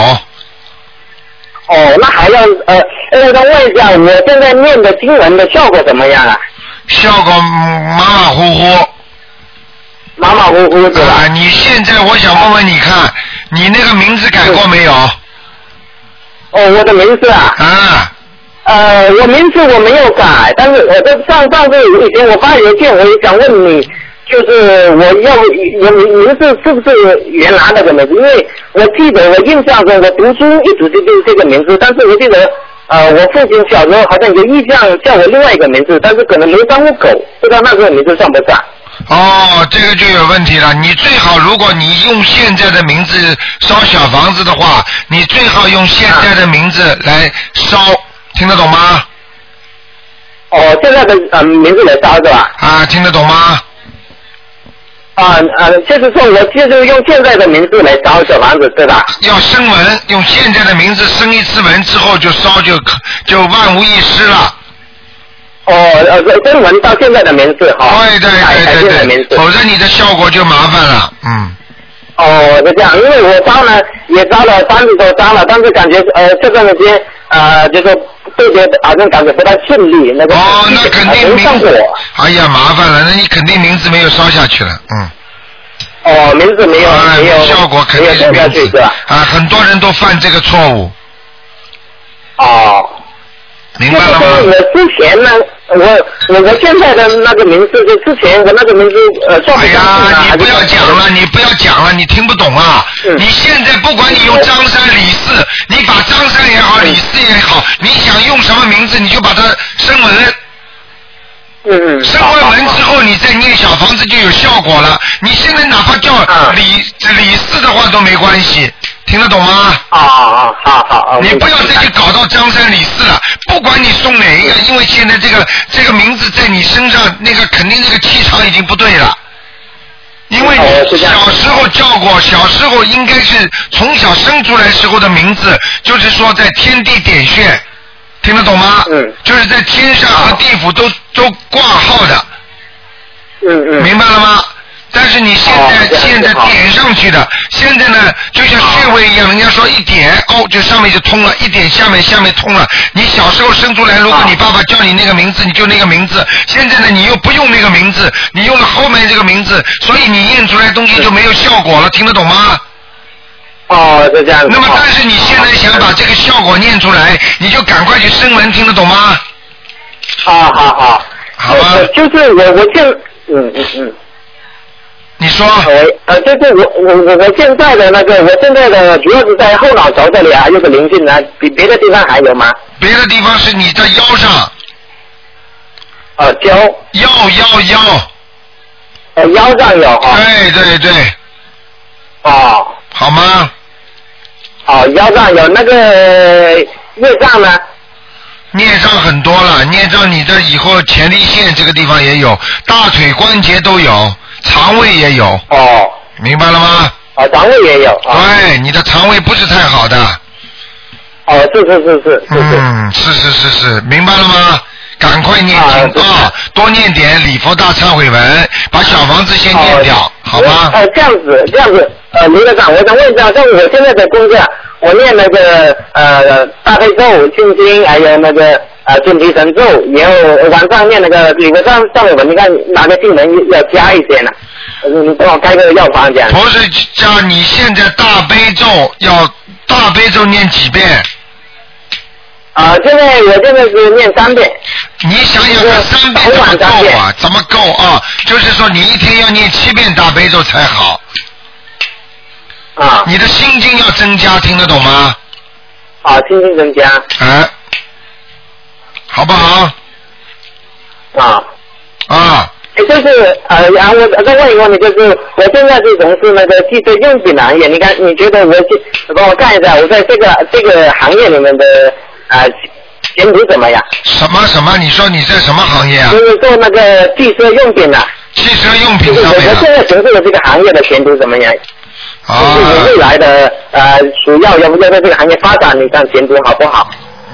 [SPEAKER 2] 哦，那还要呃，哎，我想问一下，我现在念的经文的效果怎么样啊？
[SPEAKER 1] 效果嗯马马虎虎。
[SPEAKER 2] 马马虎虎是吧？
[SPEAKER 1] 啊，你现在我想问问你看，你那个名字改过没有？
[SPEAKER 2] 哦，我的名字啊，
[SPEAKER 1] 啊，
[SPEAKER 2] 呃，我名字我没有改，但是我在上上次以前我发邮件，我也想问你，就是我要我名字是不是原来那个名字？因为我记得我印象中我读书一直就对这个名字，但是我记得呃我父亲小时候好像有意向叫我另外一个名字，但是可能没当过狗，不知道那个名字算不
[SPEAKER 1] *laughs*
[SPEAKER 2] 算？
[SPEAKER 1] 哦，这个就有问题了。你最好，如果你用现在的名字烧小房子的话，你最好用现在的名字来烧，听得懂吗？
[SPEAKER 2] 哦，现在的
[SPEAKER 7] 嗯
[SPEAKER 2] 呃名字来烧是吧？
[SPEAKER 1] 啊，听得懂吗？
[SPEAKER 2] 啊呃，就是说我就是用现在的名字来烧小房子是吧？
[SPEAKER 1] 要升文，用现在的名字升一次文之后就烧就可就万无一失了。
[SPEAKER 2] 哦，呃，中文到现在的名字哈，
[SPEAKER 1] 哦对对
[SPEAKER 2] 改改现在的
[SPEAKER 1] 对对
[SPEAKER 2] 名字
[SPEAKER 1] 对，。否则你的效果就麻烦了。嗯。
[SPEAKER 2] 哦，是这样，因为我招呢也招了三十多张了，但是感觉呃这段时间呃就是对别好像感觉不太顺利，那个
[SPEAKER 1] 哦，那肯定
[SPEAKER 2] 没上
[SPEAKER 1] 名
[SPEAKER 2] 火。
[SPEAKER 1] 字，哎呀，麻烦了，那你肯定名字没有烧下去了，嗯，
[SPEAKER 2] 哦，名字没有、
[SPEAKER 1] 哎
[SPEAKER 2] 没有
[SPEAKER 1] 效果肯
[SPEAKER 2] 没有
[SPEAKER 1] 定是
[SPEAKER 2] 掉下
[SPEAKER 1] 名
[SPEAKER 2] 去是
[SPEAKER 1] 字
[SPEAKER 2] 吧？
[SPEAKER 1] 啊，很多人都犯这个错误，
[SPEAKER 2] 哦。
[SPEAKER 1] 明
[SPEAKER 2] 就
[SPEAKER 1] 白
[SPEAKER 2] 是
[SPEAKER 1] 了
[SPEAKER 2] 说
[SPEAKER 1] 吗？
[SPEAKER 2] 我之前呢，我我我现在的那个名字，就之前我那个名字呃，算不
[SPEAKER 1] 哎
[SPEAKER 2] 上
[SPEAKER 1] 呀，你不要讲了，你不要讲了，你听不懂啊！
[SPEAKER 2] 嗯
[SPEAKER 1] 你现在不管你用张三李四，你把张三也好，李四也好，你想用什么名字你就把它升文，
[SPEAKER 2] 嗯嗯，
[SPEAKER 1] 升完文之后，你再念小房子就有效果了。你现在哪怕叫
[SPEAKER 2] 嗯
[SPEAKER 1] 李李四的话都没关系，听得懂吗？哦
[SPEAKER 2] 啊啊好好好，
[SPEAKER 1] 你不要
[SPEAKER 2] 这
[SPEAKER 1] 再去搞到张三李四了，不管你送哪一个，因为现在这个这个名字在你身上，那个肯定那个气场已经不对了。因为
[SPEAKER 2] 哦
[SPEAKER 1] 你
[SPEAKER 2] 是这样
[SPEAKER 1] 小时候叫过，小时候应该是从小生出来时候的名字，就是说在天地点穴，听得懂吗？
[SPEAKER 2] 嗯
[SPEAKER 1] 就是在天上和地府都都挂号的。
[SPEAKER 2] 嗯嗯，
[SPEAKER 1] 明白了吗？但是你现
[SPEAKER 2] 哦这
[SPEAKER 1] 在
[SPEAKER 2] 样子
[SPEAKER 1] 现在
[SPEAKER 2] 好
[SPEAKER 1] 点上去的，现在呢就像穴位一样，人家说一点哦，就上面就通了，一点下面下面通了。你小时候生出来，如果
[SPEAKER 2] 哦
[SPEAKER 1] 你爸爸叫你那个名字，你就那个名字。现在呢，你又不用那个名字，你用了后面这个名字，所以你念出来东
[SPEAKER 2] 嗯
[SPEAKER 1] 西就没有效果了，听得懂吗？
[SPEAKER 2] 哦，是这样子。
[SPEAKER 1] 那么
[SPEAKER 2] 好
[SPEAKER 1] 但是你现在想把这个效果念出来，你就赶快去升文，听得懂吗？
[SPEAKER 2] 好好好，
[SPEAKER 1] 好吧
[SPEAKER 2] 我呃就是我，我现，嗯嗯嗯，
[SPEAKER 1] 你说。
[SPEAKER 2] 我呃，就是我我我我现在的那个，我现在的主要是在后脑勺这里啊，有个灵性啊，比别的地方还有吗？
[SPEAKER 1] 别的地方是你的腰上，
[SPEAKER 2] 呃，腰
[SPEAKER 1] 腰腰腰，
[SPEAKER 2] 呃腰上有哈，
[SPEAKER 1] 对哎对对，
[SPEAKER 2] 哦
[SPEAKER 1] 好吗？
[SPEAKER 2] 哦腰上有那个业障呢，
[SPEAKER 1] 孽障很多了，孽障你这以后前列腺这个地方也有，大腿关节都有，肠胃也有，
[SPEAKER 2] 哦
[SPEAKER 1] 明白了吗？
[SPEAKER 2] 哦肠胃也有啊，
[SPEAKER 1] 对，你的肠胃不是太好的，
[SPEAKER 2] 哦是是是是是是，
[SPEAKER 1] 嗯，是是是是，明白了吗？赶快念
[SPEAKER 2] 啊
[SPEAKER 1] 经
[SPEAKER 2] 对
[SPEAKER 1] 啊，多念点礼佛大忏悔文，把小房子先念掉，好吗？
[SPEAKER 2] 呃，这样子，这样子，呃，卢院长，我想问一下，像我现在的工作，我念那个呃大悲咒、心经，还有那个呃准提神咒，然后晚上念那个礼佛上上我们你看哪个经文要加一些呢？呃你帮我开个药方这样。
[SPEAKER 1] 不是叫你现在大悲咒要大悲咒念几遍？
[SPEAKER 2] 啊，现在我现在是念三遍。
[SPEAKER 1] 你想想看，三遍
[SPEAKER 2] 头
[SPEAKER 1] 怎么
[SPEAKER 2] 晚三
[SPEAKER 1] 够
[SPEAKER 2] 遍。
[SPEAKER 1] 啊？怎么够啊？就是说你一天要念七遍大悲咒才好。
[SPEAKER 2] 啊。
[SPEAKER 1] 你的心经要增加，听得懂吗？
[SPEAKER 2] 啊，心经增加
[SPEAKER 1] 啊，好不好？
[SPEAKER 2] 啊。
[SPEAKER 1] 啊。
[SPEAKER 2] 哎就是呃，然后我再问一个问题，就是我现在是从事那个汽车用品行业，你看你觉得我这帮我看一下，我在这个这个行业里面的啊前途怎么样？
[SPEAKER 1] 什么什么？你说你在什么行业啊
[SPEAKER 2] 就？是做那个汽车用品的、啊，
[SPEAKER 1] 汽车用品
[SPEAKER 2] 就是我
[SPEAKER 1] 上面
[SPEAKER 2] 我
[SPEAKER 1] 啊
[SPEAKER 2] 现在从事的这个行业的前途怎么样？
[SPEAKER 1] 啊
[SPEAKER 2] 就是我未来的呃，主要要不要在这个行业发展？你看前途好不好？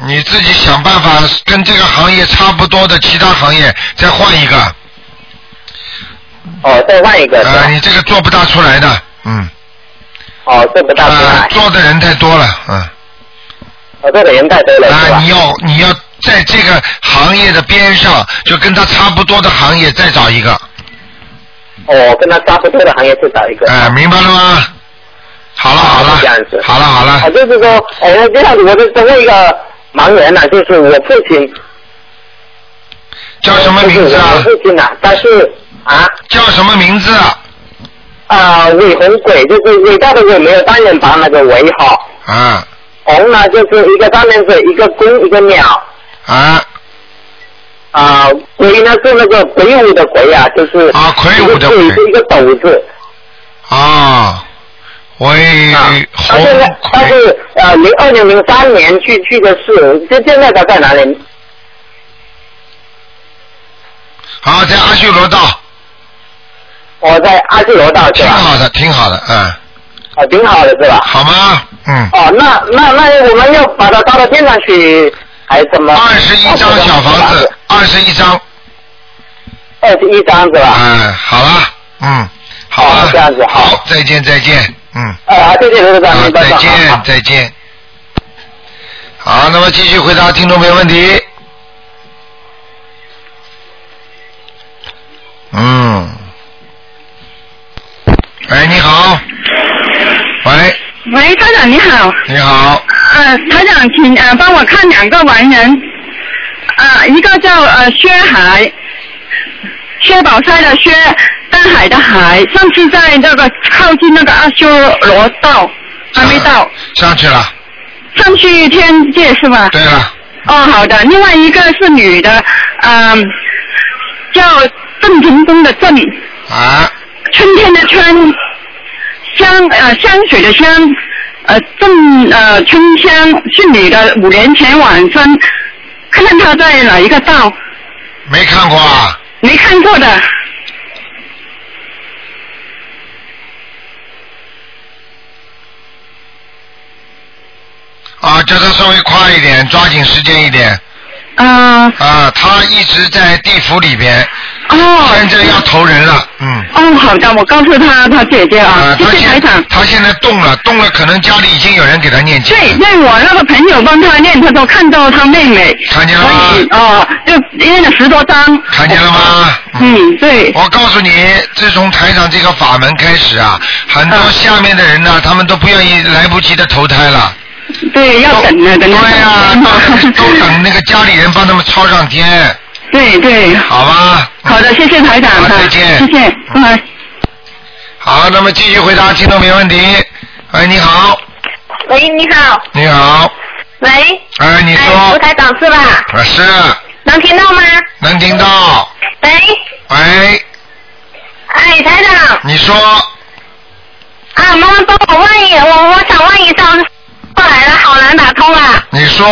[SPEAKER 1] 你自己想办法跟这个行业差不多的其他行业再换一个，啊
[SPEAKER 2] 哦，再换一个是吧
[SPEAKER 1] 呃，你这个做不大出来的，嗯，
[SPEAKER 2] 哦，做不到出
[SPEAKER 1] 呃
[SPEAKER 2] 来，，
[SPEAKER 1] 做的人太多了，嗯，
[SPEAKER 2] 我做的人太多了是
[SPEAKER 1] 啊，
[SPEAKER 2] 吧
[SPEAKER 1] 你？要你要在这个行业的边上，就跟他差不多的行业再找一个，
[SPEAKER 2] 哦，跟他差不多的行业去找一个。
[SPEAKER 1] 哎、明白了吗？好了好了
[SPEAKER 2] 啊这样子，
[SPEAKER 1] 好了好
[SPEAKER 2] 啊，
[SPEAKER 1] 了，
[SPEAKER 2] 就是说，哎，那这样子，我就成为一个盲人了、就是我父亲，
[SPEAKER 1] 叫什么名字啊
[SPEAKER 2] 就是我？父亲啊，他是啊
[SPEAKER 1] 叫什么名字啊？
[SPEAKER 2] 啊伟鸿鬼，就是伟大的伟，没有单人旁那个伟哈，
[SPEAKER 1] 啊
[SPEAKER 2] 鸿呢就是一个单人水，一个弓，一个鸟。
[SPEAKER 1] 啊
[SPEAKER 2] 啊，鬼呢是那个魁梧的魁啊，就是
[SPEAKER 1] 啊魁梧的魁
[SPEAKER 2] 一个是一个斗字。
[SPEAKER 1] 啊！喂，
[SPEAKER 2] 啊，他
[SPEAKER 1] 红
[SPEAKER 2] 现在他
[SPEAKER 1] 魁
[SPEAKER 2] 是呃零二零零三年去去的是，就现在他在哪里？
[SPEAKER 1] 好，在阿修罗道，
[SPEAKER 2] 我在阿修罗道是
[SPEAKER 1] 挺
[SPEAKER 2] 吧？
[SPEAKER 1] 好的，挺好的，嗯，
[SPEAKER 2] 啊，挺好的是吧？
[SPEAKER 1] 好吗？嗯，
[SPEAKER 2] 哦，那那那我们要把它搭到天上去，还是怎啊么？
[SPEAKER 1] 二十一张小房子，，二十一张，
[SPEAKER 2] 二十一张是吧？
[SPEAKER 1] 哎，好了，嗯，好
[SPEAKER 2] 好
[SPEAKER 1] 了，
[SPEAKER 2] 啊这样子好
[SPEAKER 1] 好，再见，再见，嗯，
[SPEAKER 5] 哎
[SPEAKER 2] 啊，谢谢刘队
[SPEAKER 1] 好
[SPEAKER 2] 长，，
[SPEAKER 1] 再
[SPEAKER 2] 好
[SPEAKER 5] 啊
[SPEAKER 1] 见，再见。好，那么继续回答听众朋友问题。嗯，哎，你好，喂，
[SPEAKER 4] 喂，台长你好，
[SPEAKER 1] 你好，
[SPEAKER 4] 呃，台长，请呃帮我看两个亡人，呃，一个叫呃薛海，薛宝钗的薛，大海的海，上次在那个靠近那个阿修罗道，还没到，
[SPEAKER 1] 啊上去了，
[SPEAKER 4] 上去天界是吧？
[SPEAKER 1] 对了，
[SPEAKER 4] 哦，好的。另外一个是女的，嗯、叫郑成功的郑，
[SPEAKER 1] 啊，
[SPEAKER 4] 春天的春，香呃香水的香，呃郑呃春香是女的，呃五年前晚上看看她在哪一个道，
[SPEAKER 1] 没看过啊，
[SPEAKER 4] 没看过的。
[SPEAKER 1] 啊，叫他稍微快一点，抓紧时间一点。
[SPEAKER 4] 呃，
[SPEAKER 1] 啊，他一直在地府里边，现
[SPEAKER 4] 哦，
[SPEAKER 1] 在要投人了，嗯。
[SPEAKER 4] 哦，好的，我告诉她她姐姐啊，谢
[SPEAKER 1] 他
[SPEAKER 4] 谢台
[SPEAKER 1] 现
[SPEAKER 4] 长。
[SPEAKER 1] 他现在动了，动了，可能家里已经有人给他念经
[SPEAKER 4] 对，
[SPEAKER 1] 了。
[SPEAKER 4] 那我那个朋友帮他念，他都呃看到他妹妹，
[SPEAKER 1] 看见了吗
[SPEAKER 4] 所以哦，就念了十多张。
[SPEAKER 1] 看见了吗？哦
[SPEAKER 4] 嗯，对，
[SPEAKER 1] 我告诉你，自从台长这个法门开始啊，很多下面的人呢、他们都不愿意来不及的投胎了。
[SPEAKER 4] 对，要等啊，等
[SPEAKER 1] 对
[SPEAKER 4] 啊
[SPEAKER 1] 呀、都都等那个家里人帮他们抄上天，
[SPEAKER 4] *laughs* 对对，
[SPEAKER 1] 好吧？
[SPEAKER 4] 好的，谢谢台长
[SPEAKER 1] 好
[SPEAKER 4] 哈
[SPEAKER 1] 再见
[SPEAKER 4] 谢谢，嗯，
[SPEAKER 1] 好，那么继续回答听众没问题。哎，你好，
[SPEAKER 5] 喂，你好，
[SPEAKER 1] 你好，
[SPEAKER 5] 喂，
[SPEAKER 1] 哎，你
[SPEAKER 5] 哎，
[SPEAKER 1] 说
[SPEAKER 5] 吴，台长是吧？
[SPEAKER 1] 我是
[SPEAKER 5] 能听到吗？
[SPEAKER 1] 能听到，
[SPEAKER 5] 喂，
[SPEAKER 1] 喂，
[SPEAKER 5] 哎，台长，
[SPEAKER 1] 你说
[SPEAKER 5] 啊，妈妈帮我问一，我我想问一下，过来了，好难打通啊。
[SPEAKER 1] 你说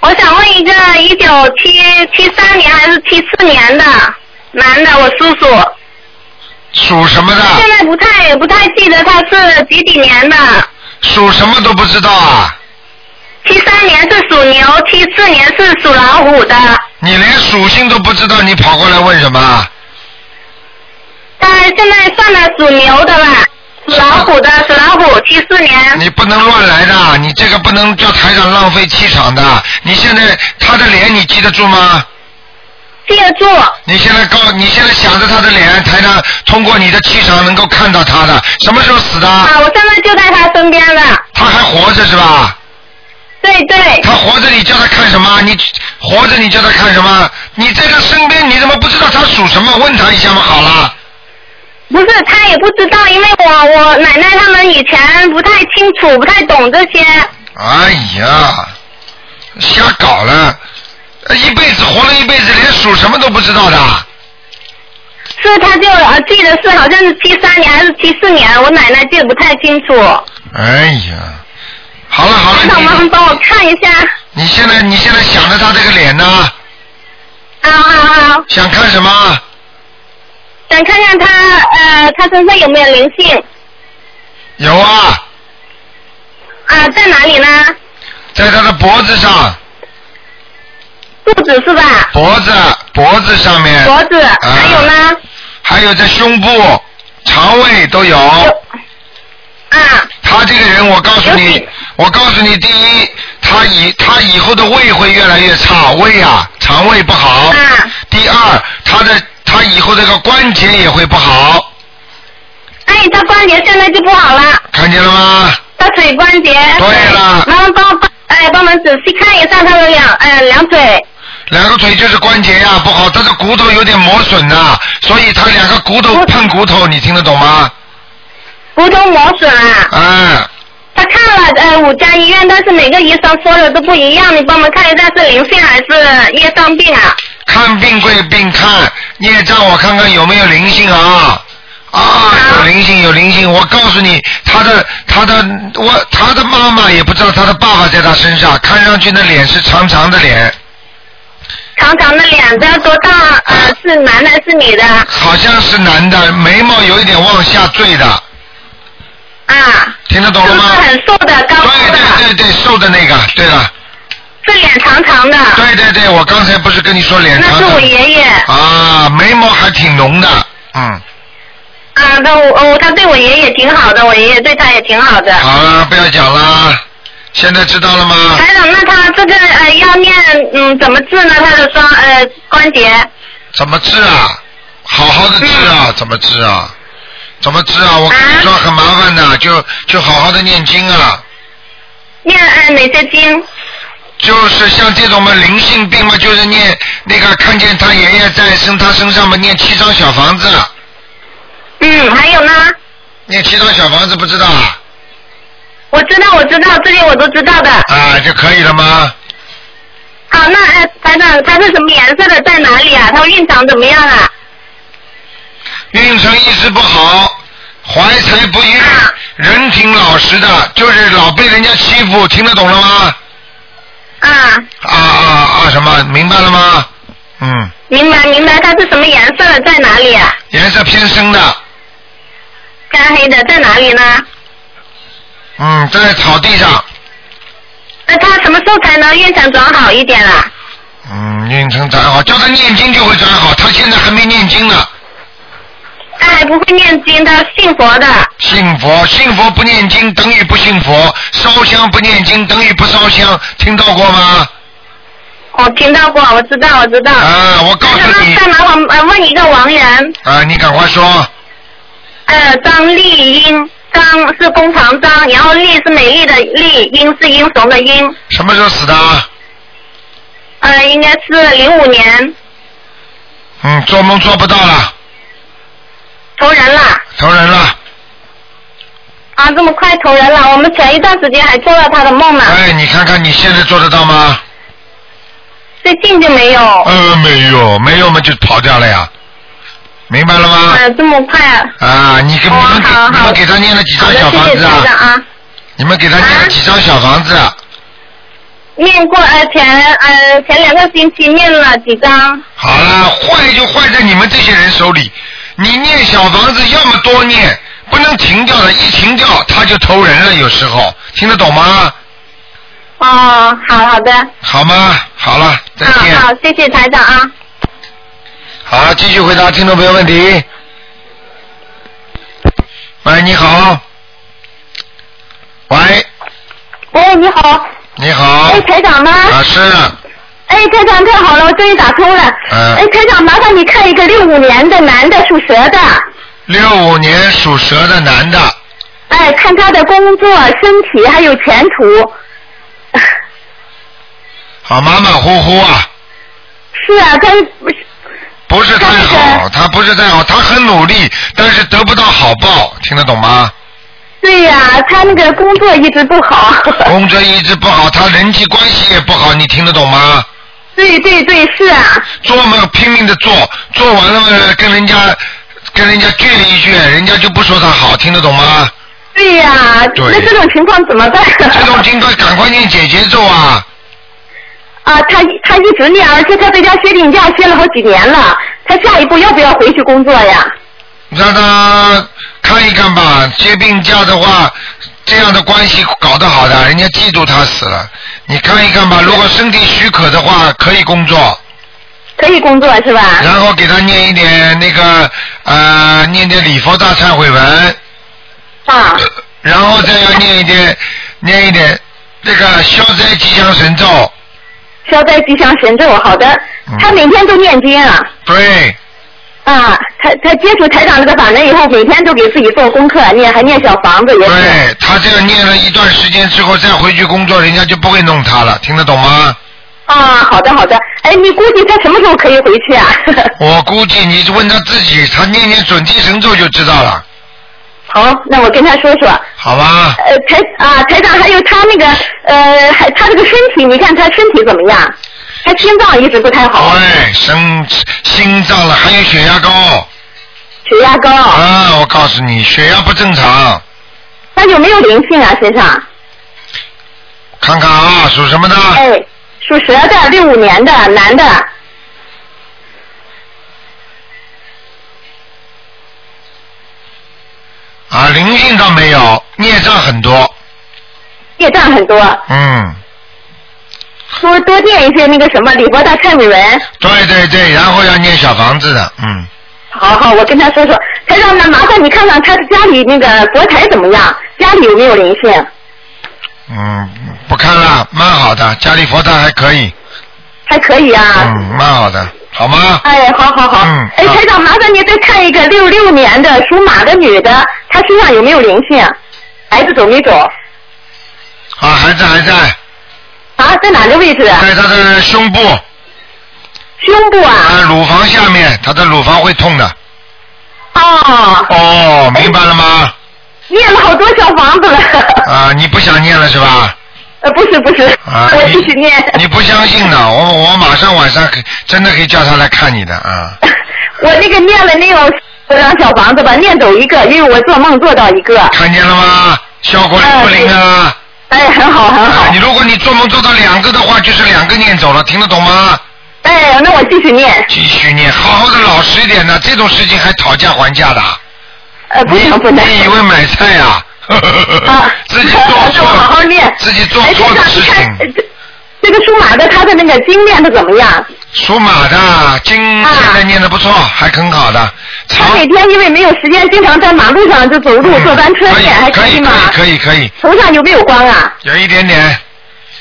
[SPEAKER 5] 我想问一个一九七七三年还是七四年的男的，我叔叔，
[SPEAKER 1] 属什么
[SPEAKER 5] 现
[SPEAKER 1] 的？
[SPEAKER 5] 在不太不太记得他是几几年的，
[SPEAKER 1] 属什么都不知道啊？
[SPEAKER 5] 七三年是属牛，七四年是属老虎的，
[SPEAKER 1] 你连属性都不知道，你跑过来问什么啊？
[SPEAKER 5] 但现在算了属牛的吧，属老虎的，属老虎，七四年，
[SPEAKER 1] 你不能乱来的，你这个不能叫台长浪费气场的。你现在他的脸你记得住吗？
[SPEAKER 5] 记得住，
[SPEAKER 1] 你现在告，你现在想着他的脸，台长通过你的气场能够看到
[SPEAKER 5] 啊
[SPEAKER 1] 他的。什么时候死的？
[SPEAKER 5] 啊，我现在就在他身边了，
[SPEAKER 1] 他还活着是吧？
[SPEAKER 5] 对对。
[SPEAKER 1] 他活着，你叫他看什么？你活着，你叫他看什么？你在他身边，你怎么不知道他属什么？问他一下嘛，好了。
[SPEAKER 5] 不是，他也不知道，因为我我奶奶他们以前不太清楚，不太懂这些。
[SPEAKER 1] 哎呀，瞎搞了，一辈子活了一辈子，连属什么都不知道的。
[SPEAKER 5] 是，他就呃记得是好像是七三年还是七四年，我奶奶记得不太清楚。
[SPEAKER 1] 哎呀，好了好了，
[SPEAKER 5] 那我们帮我看一下。
[SPEAKER 1] 你现在你现在想着他这个脸呢？
[SPEAKER 5] 啊啊啊！
[SPEAKER 1] 想看什么？
[SPEAKER 5] 想看看他呃，他身上有没有灵性
[SPEAKER 1] 有啊，
[SPEAKER 5] 啊？在哪里呢？
[SPEAKER 1] 在他的脖子上，
[SPEAKER 5] 肚子是吧？
[SPEAKER 1] 脖子脖子上面，
[SPEAKER 5] 脖子还有呢？
[SPEAKER 1] 还有在胸部、肠胃都有。
[SPEAKER 5] 啊。
[SPEAKER 1] 他这个人，我告诉你，我告诉你，第一，他以他以后的胃会越来越差，胃啊，肠胃不
[SPEAKER 5] 啊
[SPEAKER 1] 好。第二，他的他以后这个关节也会不好，
[SPEAKER 5] 哎，他关节现在就不好了，
[SPEAKER 1] 看见了吗？
[SPEAKER 5] 他腿关节。对了。麻烦帮我帮哎帮忙仔细看一下他的两呃两腿。
[SPEAKER 1] 两个腿就是关节呀、不好，他的骨头有点磨损呐、所以他两个骨头碰骨头，你听得懂吗？
[SPEAKER 5] 骨头磨损啊。
[SPEAKER 1] 嗯。
[SPEAKER 5] 他看了呃五家医院，但是每个医生说的都不一样，你帮忙看一下是灵性还是业障病啊？
[SPEAKER 1] 看病归病看，孽障我看看有没有灵性啊？啊，有灵性，有灵性！我告诉你，他的他的我他的妈妈也不知道他的爸爸在他身上，看上去那脸是长长的脸，
[SPEAKER 5] 长长的脸，不知道多大
[SPEAKER 1] 哎
[SPEAKER 5] 呃是男的还是女的？
[SPEAKER 1] 好像是男的，眉毛有一点往下坠的。
[SPEAKER 5] 啊。
[SPEAKER 1] 听得懂了吗？
[SPEAKER 5] 是很啊瘦的，高
[SPEAKER 1] 对对对对，瘦的那个。对了，
[SPEAKER 5] 是脸长长的。
[SPEAKER 1] 对对对，我刚才不是跟你说脸长长
[SPEAKER 5] 那是
[SPEAKER 1] 的？
[SPEAKER 5] 我爷爷。
[SPEAKER 1] 啊，眉毛还挺浓的，嗯。
[SPEAKER 5] 啊，他我哦，他对我爷爷挺好的，我爷爷对他也挺好的。
[SPEAKER 1] 好了，不要讲了，现在知道了吗？
[SPEAKER 5] 台长，那他这个呃要念嗯怎么治呢？他的双呃关节
[SPEAKER 1] 怎么治啊？好好的治啊，
[SPEAKER 5] 嗯
[SPEAKER 1] 怎么治啊？怎么治啊？我跟你说很麻烦
[SPEAKER 5] 啊
[SPEAKER 1] 的，就就好好的念经啊。
[SPEAKER 5] 念呃哪些经？
[SPEAKER 1] 就是像这种嘛，灵性病嘛，就是念那个看见他爷爷在身他身上嘛，念七张小房子。
[SPEAKER 5] 嗯，还有呢？
[SPEAKER 1] 念七张小房子不知道啊？
[SPEAKER 5] 我知道我知道，这些我都知道的。
[SPEAKER 1] 啊，就可以了吗？
[SPEAKER 5] 好，那呃台长他是什么颜色的，在哪里啊？他运程怎么样啊？
[SPEAKER 1] 运程一直不好，怀才不遇，人挺老实的，就是老被人家欺负，听得懂了吗？
[SPEAKER 5] 啊
[SPEAKER 1] 啊啊啊！什么？明白了吗？嗯，
[SPEAKER 5] 明白明白，他是什么颜色的，在哪里啊？
[SPEAKER 1] 颜色偏深的，
[SPEAKER 5] 干黑的在哪里呢？
[SPEAKER 1] 嗯，在草地上，
[SPEAKER 5] 那他什么时候才能运程转好一点啊？
[SPEAKER 1] 嗯，运程转好，叫他念经就会转好，他现在还没念经呢。
[SPEAKER 5] 他还不会念经，他信佛的。
[SPEAKER 1] 信佛，信佛不念经等于不信佛，烧香不念经等于不烧香，听到过吗？
[SPEAKER 5] 我听到过，我知道，我知道。
[SPEAKER 1] 啊，我告诉你。
[SPEAKER 5] 再麻烦呃问一个王人，
[SPEAKER 1] 啊，你赶快说，
[SPEAKER 5] 呃，张丽英，张是工长张，然后丽是美丽的丽，英是英雄的英，
[SPEAKER 1] 什么时候死的啊？
[SPEAKER 5] 呃，应该是零五年
[SPEAKER 1] 嗯，做梦做不到了，
[SPEAKER 5] 投人了
[SPEAKER 1] 投人了。
[SPEAKER 5] 啊，这么快投人了，我们前一段时间还做了他的梦呢，
[SPEAKER 1] 哎，你看看你现在做得到吗？
[SPEAKER 5] 最近就没有，
[SPEAKER 1] 呃，没有，没有嘛就跑掉了呀，明白了吗？
[SPEAKER 5] 呃，这么快啊，
[SPEAKER 1] 啊，你给你们给你们给他念了几张小
[SPEAKER 5] 谢
[SPEAKER 1] 房
[SPEAKER 5] 谢
[SPEAKER 1] 子
[SPEAKER 5] 台长
[SPEAKER 1] 啊？
[SPEAKER 5] 啊，
[SPEAKER 1] 你们给他念了几张小房子？
[SPEAKER 5] 念过呃前呃前两个星期念了几张，
[SPEAKER 1] 好了，坏就坏在你们这些人手里。你念小房子，要么多念，不能停掉的，一停掉他就投人了。有时候听得懂吗？
[SPEAKER 5] 哦，好好的，
[SPEAKER 1] 好吗？好了，再
[SPEAKER 5] 好
[SPEAKER 1] 见。
[SPEAKER 5] 嗯好，谢谢台长啊。
[SPEAKER 1] 好，继续回答听众朋友问题。喂，你好。喂，
[SPEAKER 8] 喂，你好。
[SPEAKER 1] 你好。
[SPEAKER 8] 哎，台长吗？
[SPEAKER 1] 啊，是
[SPEAKER 8] 哎，台长，太好了，我终于打通了。
[SPEAKER 1] 嗯
[SPEAKER 8] 哎，台长，麻烦你看一个六五年的男的，属蛇的，
[SPEAKER 1] 六五年属蛇的男的，
[SPEAKER 8] 哎，看他的工作、身体还有前途。
[SPEAKER 1] 啊，马马虎虎啊，
[SPEAKER 5] 是啊，他
[SPEAKER 1] 不是太好，他不是太好，他很努力，但是得不到好报，听得懂吗？
[SPEAKER 5] 对呀、他那个工作一直不好。
[SPEAKER 1] 工作一直不好，他人际关系也不好，你听得懂吗？
[SPEAKER 5] *laughs* 对对对，是啊。
[SPEAKER 1] 做嘛拼命的做，做完了嘛跟人家跟人家倔一倔，人家就不说他好，听得懂吗？
[SPEAKER 5] 对呀、
[SPEAKER 1] 对
[SPEAKER 5] 那这种情况怎么办？
[SPEAKER 1] 这种情况赶快念姐姐咒啊！
[SPEAKER 5] *laughs* 啊，他一他一直念，而且他在家学领教学了好几年了。他下一步要不要回去工作呀？
[SPEAKER 1] 让他看一看吧，接病假的话，这样的关系搞得好的，人家记住他死了。你看一看吧，如果身体许可的话，可以工作。
[SPEAKER 5] 可以工作是吧？
[SPEAKER 1] 然后给他念一点那个呃，念点礼佛大忏悔文。嗯
[SPEAKER 5] 啊。
[SPEAKER 1] 然后再要念一点，念一点那个消灾吉祥神咒。
[SPEAKER 5] 消灾吉祥神咒，好的。
[SPEAKER 1] 嗯
[SPEAKER 5] 他每天都念经啊。
[SPEAKER 1] 对，
[SPEAKER 5] 啊，他他接触台长这个法门以后，每天都给自己做功课，念还念小房子也是。
[SPEAKER 1] 对他这样念了一段时间之后，再回去工作，人家就不会弄他了，听得懂吗？
[SPEAKER 5] 啊，好的好的。哎，你估计他什么时候可以回去啊？ *laughs*
[SPEAKER 1] 我估计你问他自己，他念念准提神咒就知道了，
[SPEAKER 5] 好，那我跟他说说。
[SPEAKER 1] 好吧？
[SPEAKER 5] 呃，台啊，台长，还有他那个呃，还他这个身体，你看他身体怎么样？他心脏一直不太好，
[SPEAKER 1] 对，心哎心脏了，还有血压高。
[SPEAKER 5] 血压高。
[SPEAKER 1] 啊，我告诉你，血压不正常，
[SPEAKER 5] 他有没有灵性啊？身上？
[SPEAKER 1] 看看啊，属什么的？
[SPEAKER 5] 哎，属蛇的，六五年的男的。
[SPEAKER 1] 啊，灵性倒没有，孽障很多，
[SPEAKER 5] 业障很多，
[SPEAKER 1] 嗯，
[SPEAKER 5] 多多念一些那个什么礼佛大忏悔文。
[SPEAKER 1] 对对对，然后要念小房子的，嗯，
[SPEAKER 5] 好好，我跟他说说。台长，那麻烦你看看他的家里那个佛台怎么样，家里有没有灵性？
[SPEAKER 1] 嗯，不看了，蛮好的，家里佛台还可以，
[SPEAKER 5] 还可以啊。
[SPEAKER 1] 嗯，蛮好的，好吗？
[SPEAKER 5] 哎，好好好。
[SPEAKER 1] 嗯
[SPEAKER 5] 哎，台长，麻烦您再看一个六六年的属马的女的，她身上有没有灵性？孩子走没走？
[SPEAKER 1] 啊，还在还在，
[SPEAKER 5] 啊，在哪个位置？
[SPEAKER 1] 在他的胸部。
[SPEAKER 5] 胸部啊。
[SPEAKER 1] 啊，乳房下面，他的乳房会痛的。啊
[SPEAKER 5] 哦。
[SPEAKER 1] 哦，明白了吗？
[SPEAKER 5] 念了好多小房子了。
[SPEAKER 1] 啊，你不想念了是吧？
[SPEAKER 5] *laughs* 呃，不是不是，
[SPEAKER 1] 啊，
[SPEAKER 5] *laughs* 我继
[SPEAKER 1] 你
[SPEAKER 5] 续念。
[SPEAKER 1] 你不相信的，我我马上晚上可以真的可以叫他来看你的啊。
[SPEAKER 5] *laughs* 我那个念了那种四张小房子吧，念走一个，因为我做梦做到一个。
[SPEAKER 1] 看见了吗？效果灵不灵啊？
[SPEAKER 5] 哎，很好很
[SPEAKER 1] 好。你如果你做梦做到两个的话，就是两个念走了，听得懂吗？
[SPEAKER 5] 哎，那我继续念。
[SPEAKER 1] 继续念，好好的老实一点呢，这种事情还讨价还价的。啊
[SPEAKER 5] 呃，
[SPEAKER 1] 不能不能。你以为买菜呀、啊？ *laughs* 自
[SPEAKER 5] *laughs*
[SPEAKER 1] 己做错。好
[SPEAKER 5] 好念。哎
[SPEAKER 1] 自己做错的事情。
[SPEAKER 5] 呃这个属马的，他的那个经念的怎么样？
[SPEAKER 1] 属马的，经现在念的不错，还很好的，
[SPEAKER 5] 啊他每天因为没有时间，经常在马路上就走路、坐班车念，还
[SPEAKER 1] 嗯可以
[SPEAKER 5] 以吗？
[SPEAKER 1] 可以可以，
[SPEAKER 5] 头上有没有光啊？
[SPEAKER 1] 有一点点。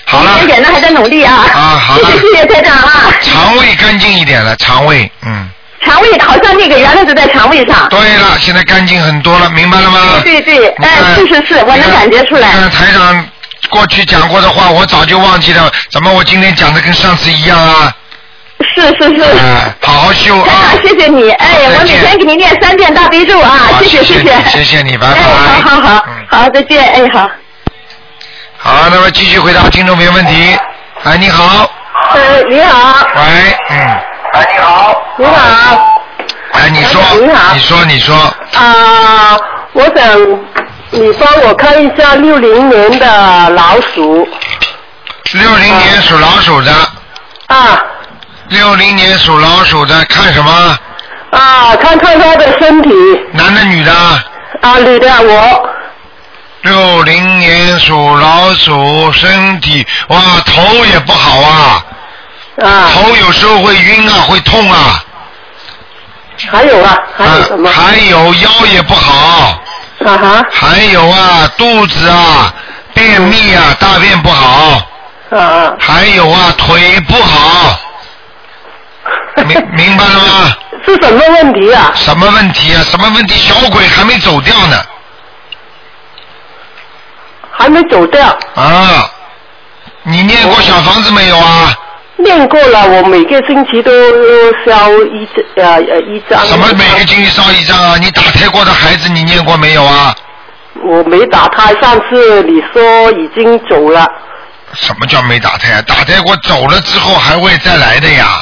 [SPEAKER 1] 好了
[SPEAKER 5] 一。点点，那还在努力啊。
[SPEAKER 1] 啊，好了。
[SPEAKER 5] 谢谢谢谢台长啊。
[SPEAKER 1] 肠胃干净一点了，肠胃，嗯。
[SPEAKER 5] 肠胃好像那个原来是在肠胃上。
[SPEAKER 1] 对了，现在干净很多了，明白了吗？
[SPEAKER 5] 对对，
[SPEAKER 1] 嗯
[SPEAKER 5] 哎，是是是，我能感觉出来。
[SPEAKER 1] 看台长过去讲过的话，我早就忘记了，怎么我今天讲的跟上次一样啊？
[SPEAKER 5] 是是是。
[SPEAKER 1] 哎，好好修
[SPEAKER 5] 台
[SPEAKER 1] 啊！
[SPEAKER 5] 长，谢谢你，哎，我每天给您念三遍大悲咒啊，
[SPEAKER 1] 好
[SPEAKER 5] 谢谢谢
[SPEAKER 1] 哦谢你谢谢你，拜拜。
[SPEAKER 2] 哎
[SPEAKER 5] 好哎好好，
[SPEAKER 1] 嗯
[SPEAKER 5] 好，再见，哎，好。
[SPEAKER 1] 好，那么继续回答听众朋友问题。哎，你好，
[SPEAKER 2] 呃，你好，
[SPEAKER 1] 喂，嗯，
[SPEAKER 2] 哎你好，
[SPEAKER 1] 哎，你说，你说，你说，
[SPEAKER 2] 啊、我想你帮我看一下六零年的老鼠
[SPEAKER 1] 六零年属老鼠的，
[SPEAKER 2] 啊
[SPEAKER 1] 六零年属老鼠的，看什么？
[SPEAKER 2] 啊，看看它的身体
[SPEAKER 1] 男的女的？
[SPEAKER 2] 啊，女的我
[SPEAKER 1] 六零年属老鼠，身体哇头也不好啊，
[SPEAKER 2] 啊，
[SPEAKER 1] 头有时候会晕啊，会痛啊，
[SPEAKER 2] 还有啊，还有什么？
[SPEAKER 1] 还有腰也不好，
[SPEAKER 2] 啊哈
[SPEAKER 1] 还有啊肚子啊便秘啊，大便不好，
[SPEAKER 2] 啊
[SPEAKER 1] 还有啊腿不好，明明白了吗？
[SPEAKER 2] *laughs* 是什么问题啊？
[SPEAKER 1] 什么问题啊？什么问题？小鬼还没走掉呢
[SPEAKER 2] 还没走掉
[SPEAKER 1] 啊！你念过小房子没有啊？
[SPEAKER 2] 念过了，我每个星期都烧一呃呃一张。
[SPEAKER 1] 什么每个星期烧一张啊？你打胎过的孩子你念过没有啊？
[SPEAKER 2] 我没打胎，上次你说已经走了，
[SPEAKER 1] 什么叫没打胎啊？打胎过走了之后还会再来的呀。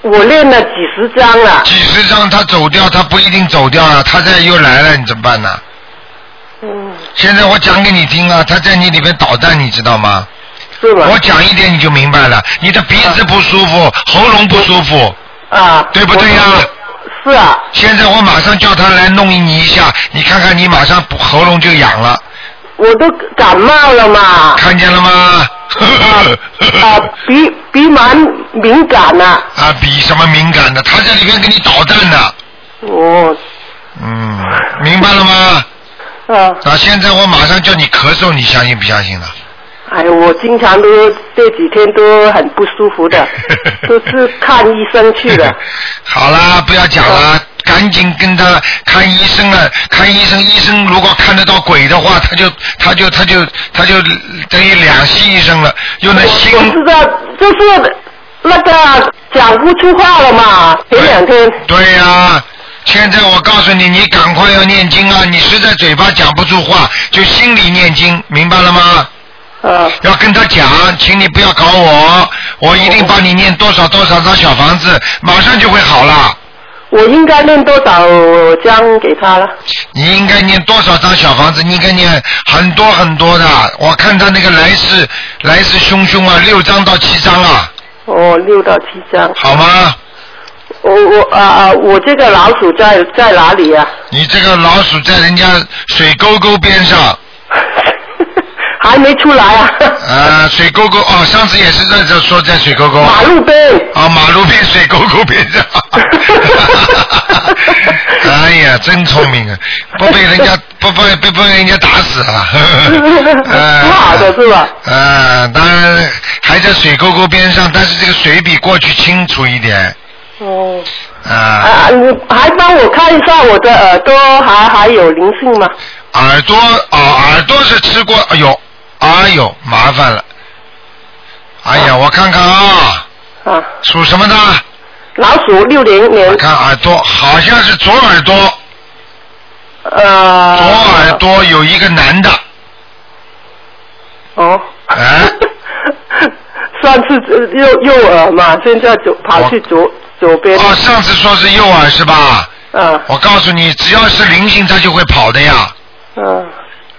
[SPEAKER 2] 我练了几十张了。 *laughs*
[SPEAKER 1] 几十张他走掉，他不一定走掉啊，他再又来了，你怎么办呢？
[SPEAKER 2] 嗯，
[SPEAKER 1] 现在我讲给你听啊，他在你里面捣蛋，你知道吗？
[SPEAKER 2] 是啊吧？
[SPEAKER 1] 我讲一点你就明白了，你的鼻子不舒服，喉咙不舒服。
[SPEAKER 2] 啊。
[SPEAKER 1] 对不对呀、
[SPEAKER 2] 是啊。
[SPEAKER 1] 现在我马上叫他来弄你一下，你看看你马上不喉咙就痒了。
[SPEAKER 2] 我都感冒
[SPEAKER 1] *laughs*
[SPEAKER 2] 了嘛。
[SPEAKER 1] 看见了吗？
[SPEAKER 2] 啊，鼻鼻蛮敏感呐、
[SPEAKER 1] *laughs* 啊，比什么敏感的？他在里面给你捣蛋的，
[SPEAKER 2] 哦，
[SPEAKER 1] 嗯，明白了吗？
[SPEAKER 2] 啊，
[SPEAKER 1] 啊，现在我马上叫你咳嗽，你相信不相信了？
[SPEAKER 2] 哎，我经常都这几天都很不舒服
[SPEAKER 1] *laughs*
[SPEAKER 2] 的，都是看医生去的。
[SPEAKER 1] 好啦，不要讲啦，赶紧跟他看医生了。看医生，医生如果看得到鬼的话，他就他就他就他就等于两系医生了，又能 *laughs* 心
[SPEAKER 2] 我知道，就是那个讲不出话了嘛，前两天。
[SPEAKER 1] 对呀、现在我告诉你，你赶快要念经啊！你实在嘴巴讲不出话，就心里念经，明白了吗？
[SPEAKER 2] 呃，
[SPEAKER 1] 要跟他讲，请你不要搞我，我一定帮你念多少多少张小房子，马上就会好了。
[SPEAKER 2] 我应该念多少张给他了？
[SPEAKER 1] 你应该念多少张小房子？你应该念很多很多的。我看他那个来势来势汹汹啊，六张到七张啊，
[SPEAKER 2] 哦，六到七张。
[SPEAKER 1] 好吗？
[SPEAKER 2] 我我啊啊，我这个老鼠在在哪里啊？
[SPEAKER 1] 你这个老鼠在人家水沟沟边上，
[SPEAKER 2] *laughs* 还没出来啊？
[SPEAKER 1] 呃，水沟沟哦，上次也是在这说在水沟沟。
[SPEAKER 2] 马路边。
[SPEAKER 1] 啊，马路边水沟沟边
[SPEAKER 2] *laughs*
[SPEAKER 1] 上。哎呀，真聪明啊！不被人家不被被被人家打死
[SPEAKER 2] *laughs*
[SPEAKER 1] 啊！呃不好的
[SPEAKER 2] 是吧？
[SPEAKER 1] 呃，当然还在水沟沟边上，但是这个水比过去清楚一点
[SPEAKER 2] 哦。
[SPEAKER 1] 啊、
[SPEAKER 2] 啊，你还帮我看一下我的耳朵还还有灵性吗？
[SPEAKER 1] 耳朵哦，耳朵是吃过，哎呦，哎呦，麻烦了。哎呀，我看看啊。
[SPEAKER 2] 啊。
[SPEAKER 1] 属什么的？
[SPEAKER 2] 老鼠六零年。
[SPEAKER 1] 我看耳朵，好像是左耳朵。
[SPEAKER 2] 呃。
[SPEAKER 1] 左哦耳朵有一个男的。
[SPEAKER 2] 哦。
[SPEAKER 1] 哎。
[SPEAKER 2] *laughs* 上次呃右右耳嘛，现在左跑去左左边。
[SPEAKER 1] 哦，上次说是右耳是吧？
[SPEAKER 2] 嗯。
[SPEAKER 1] 我告诉你，只要是灵性，它就会跑的呀。
[SPEAKER 2] 嗯。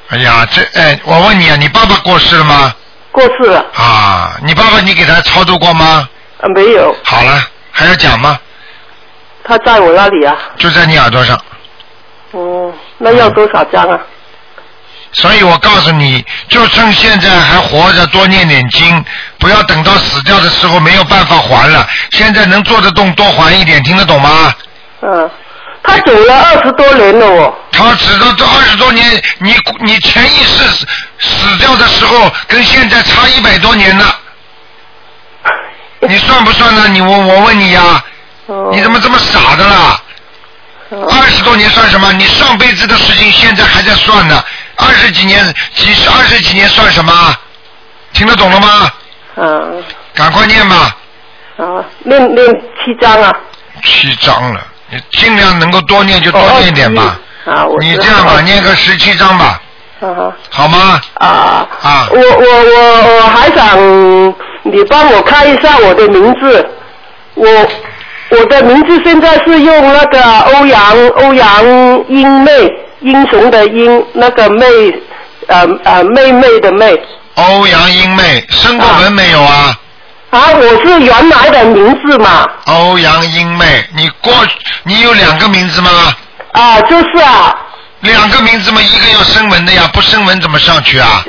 [SPEAKER 1] 哎呀，这哎，我问你啊，你爸爸过世了吗？
[SPEAKER 2] 过世了。
[SPEAKER 1] 啊，你爸爸你给他操作过吗？
[SPEAKER 2] 啊，没有，
[SPEAKER 1] 好了，还要讲吗？
[SPEAKER 2] 他在我那里啊。
[SPEAKER 1] 就在你耳朵上。
[SPEAKER 2] 哦，那
[SPEAKER 1] 嗯
[SPEAKER 2] 要多少张啊？
[SPEAKER 1] 所以我告诉你，就趁现在还活着，多念点经，不要等到死掉的时候没有办法还了。现在能做得动，多还一点，听得懂吗？
[SPEAKER 2] 嗯，他走了二十多年了哦。
[SPEAKER 1] 他指到这二十多年，你你潜意识死死掉的时候，跟现在差一百多年呢。
[SPEAKER 2] *laughs*
[SPEAKER 1] 你算不算呢？你我我问你呀、
[SPEAKER 2] 哦
[SPEAKER 1] 你怎么这么傻的啦？二十多年算什么？你上辈子的事情现在还在算呢，二十几年几十二十几年算什么？听得懂了吗？
[SPEAKER 2] 嗯，
[SPEAKER 1] 赶快念吧，
[SPEAKER 2] 啊，念念七张啊。
[SPEAKER 1] 七章了，你尽量能够多念就多念点吧。
[SPEAKER 2] 啊，哦我
[SPEAKER 1] 你
[SPEAKER 2] 知
[SPEAKER 1] 这样
[SPEAKER 2] 道
[SPEAKER 1] 吧，
[SPEAKER 2] 了
[SPEAKER 1] 念个十七章吧，
[SPEAKER 2] 啊，
[SPEAKER 1] 好吗？
[SPEAKER 2] 啊
[SPEAKER 1] 啊
[SPEAKER 2] 我我我我还想你帮我看一下我的名字，我我的名字现在是用那个欧阳欧阳英妹英雄的英那个妹呃呃妹妹的妹
[SPEAKER 1] 欧阳英妹生过文没有啊？
[SPEAKER 2] 啊，我是原来的名字嘛
[SPEAKER 1] 欧阳英妹，你过你有两个名字吗？
[SPEAKER 2] 啊就是啊，
[SPEAKER 1] 两个名字嘛，一个要声纹的呀，不声纹怎么上去啊？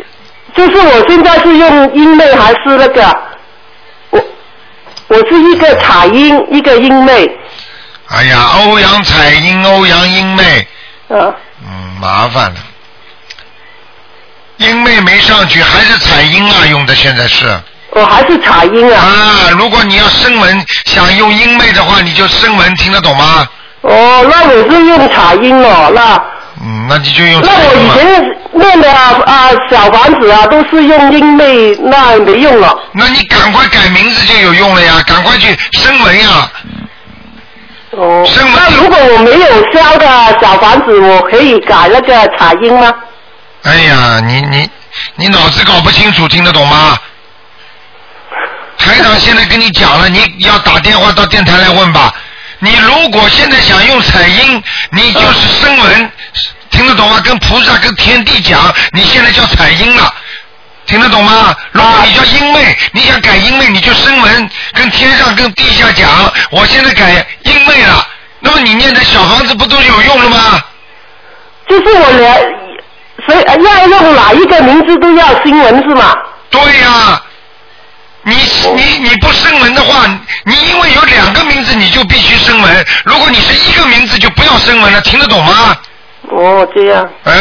[SPEAKER 2] 就是我现在是用英妹还是那个我我是一个彩英一个英妹
[SPEAKER 1] 哎呀，欧阳彩英、欧阳英妹，
[SPEAKER 2] 啊
[SPEAKER 1] 嗯，麻烦了。英妹没上去，还是彩英啊，用的现在是。
[SPEAKER 2] 我哦还是彩英啊。
[SPEAKER 1] 啊，如果你要声纹，想用英妹的话，你就声纹，听得懂吗？
[SPEAKER 2] 哦，那我是用彩音哦，那
[SPEAKER 1] 嗯，那你就用
[SPEAKER 2] 那
[SPEAKER 1] 彩
[SPEAKER 2] 我
[SPEAKER 1] 英
[SPEAKER 2] 以
[SPEAKER 1] 嘛。
[SPEAKER 2] 前念的啊啊啊、小房子啊，都是用英妹，那没用哦了。
[SPEAKER 1] 那你赶快改名字就有用了呀，赶快去升文呀。
[SPEAKER 2] 哦。那如果我没有销的小房子，我可以改那个彩英吗？
[SPEAKER 1] 哎呀，你你你脑子搞不清楚，听得懂吗？台长现在跟你讲了，你要打电话到电台来问吧。你如果现在想用彩音，你就是声闻，听得懂吗？跟菩萨、跟天地讲，你现在叫彩音了，听得懂吗？如果你叫音妹，你想改音妹，你就声闻，跟天上、跟地下讲，我现在改音妹了。那么你念的小房子不都有用了吗？
[SPEAKER 2] 就是我连，所以呃要用哪一个名字都要新闻是吗？
[SPEAKER 1] 对呀、你你你不声纹的话，你因为有两个名字，你就必须声纹。如果你是一个名字，就不要声纹了，听得懂吗？
[SPEAKER 2] 哦，这样。
[SPEAKER 1] 嗯，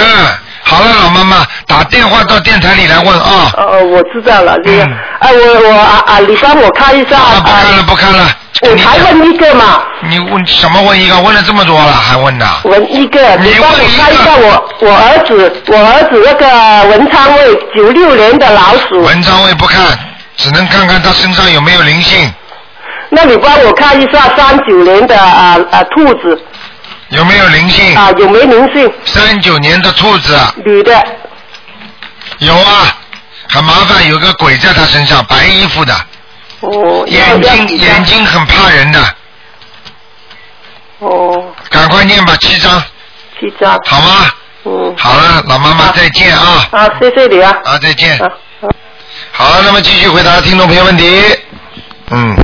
[SPEAKER 1] 好了，老妈妈，打电话到电台里来问啊。
[SPEAKER 2] 哦，我知道了，这样。哎，我我啊啊，你帮我看一下啊。不看
[SPEAKER 1] 了，不看了。
[SPEAKER 2] 我还问一个嘛，
[SPEAKER 1] 你问什么问一个？问了这么多了，还问呢？
[SPEAKER 2] 问一个，你帮我看一下我我儿子，我儿子那个文昌位九六年的老鼠。
[SPEAKER 1] 文昌位不看，只能看看他身上有没有灵性，
[SPEAKER 2] 那你帮我看一下三九年的啊啊兔子
[SPEAKER 1] 有没有灵性。
[SPEAKER 2] 啊有没灵性？
[SPEAKER 1] 三九年的兔子
[SPEAKER 2] 女的，
[SPEAKER 1] 有啊，很麻烦，有个鬼在他身上，白衣服的，
[SPEAKER 2] 哦，
[SPEAKER 1] 眼
[SPEAKER 2] 要要
[SPEAKER 1] 睛眼睛很怕人的，
[SPEAKER 2] 哦，
[SPEAKER 1] 赶快念吧，七张，
[SPEAKER 2] 七张，
[SPEAKER 1] 好吗？
[SPEAKER 2] 嗯，
[SPEAKER 1] 好了，老妈妈再见啊！
[SPEAKER 2] 啊，谢谢你啊！
[SPEAKER 1] 啊，再见。好，那么继续回答听众朋友问题。嗯，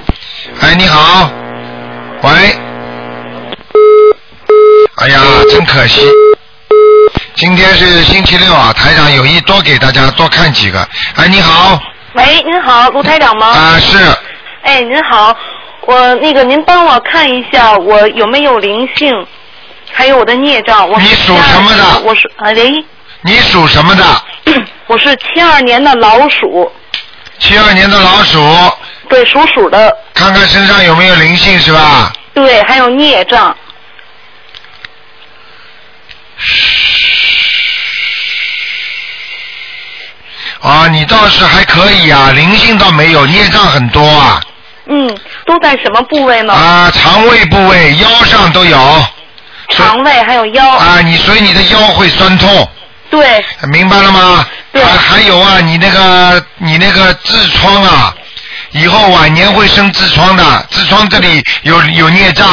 [SPEAKER 1] 哎，你好，喂，哎呀，真可惜，今天是星期六啊，台长有意多给大家多看几个。哎，你好，
[SPEAKER 3] 喂，您好，卢台长吗？
[SPEAKER 1] 啊、是，
[SPEAKER 3] 哎，您好，我那个您帮我看一下我有没有灵性，还有我的孽障。我你属什么的？我是啊，喂， *clears throat*
[SPEAKER 1] 你属什么的？
[SPEAKER 3] 我是七二年的老鼠，
[SPEAKER 1] 七二年的老鼠。
[SPEAKER 3] 对，属鼠的。
[SPEAKER 1] 看看身上有没有灵性是吧？
[SPEAKER 3] 对，还有孽障。
[SPEAKER 1] 啊，你倒是还可以啊，灵性倒没有，孽障很多啊，
[SPEAKER 3] 嗯，都在什么部位呢？
[SPEAKER 1] 啊，肠胃部位、腰上都有
[SPEAKER 3] 肠胃还有腰。
[SPEAKER 1] 啊，你所以你的腰会酸痛。
[SPEAKER 3] 对。
[SPEAKER 1] 明白了吗？对。啊、还有啊，你那个你那个痔疮啊，以后晚年会生痔疮的，痔疮这里有有孽障。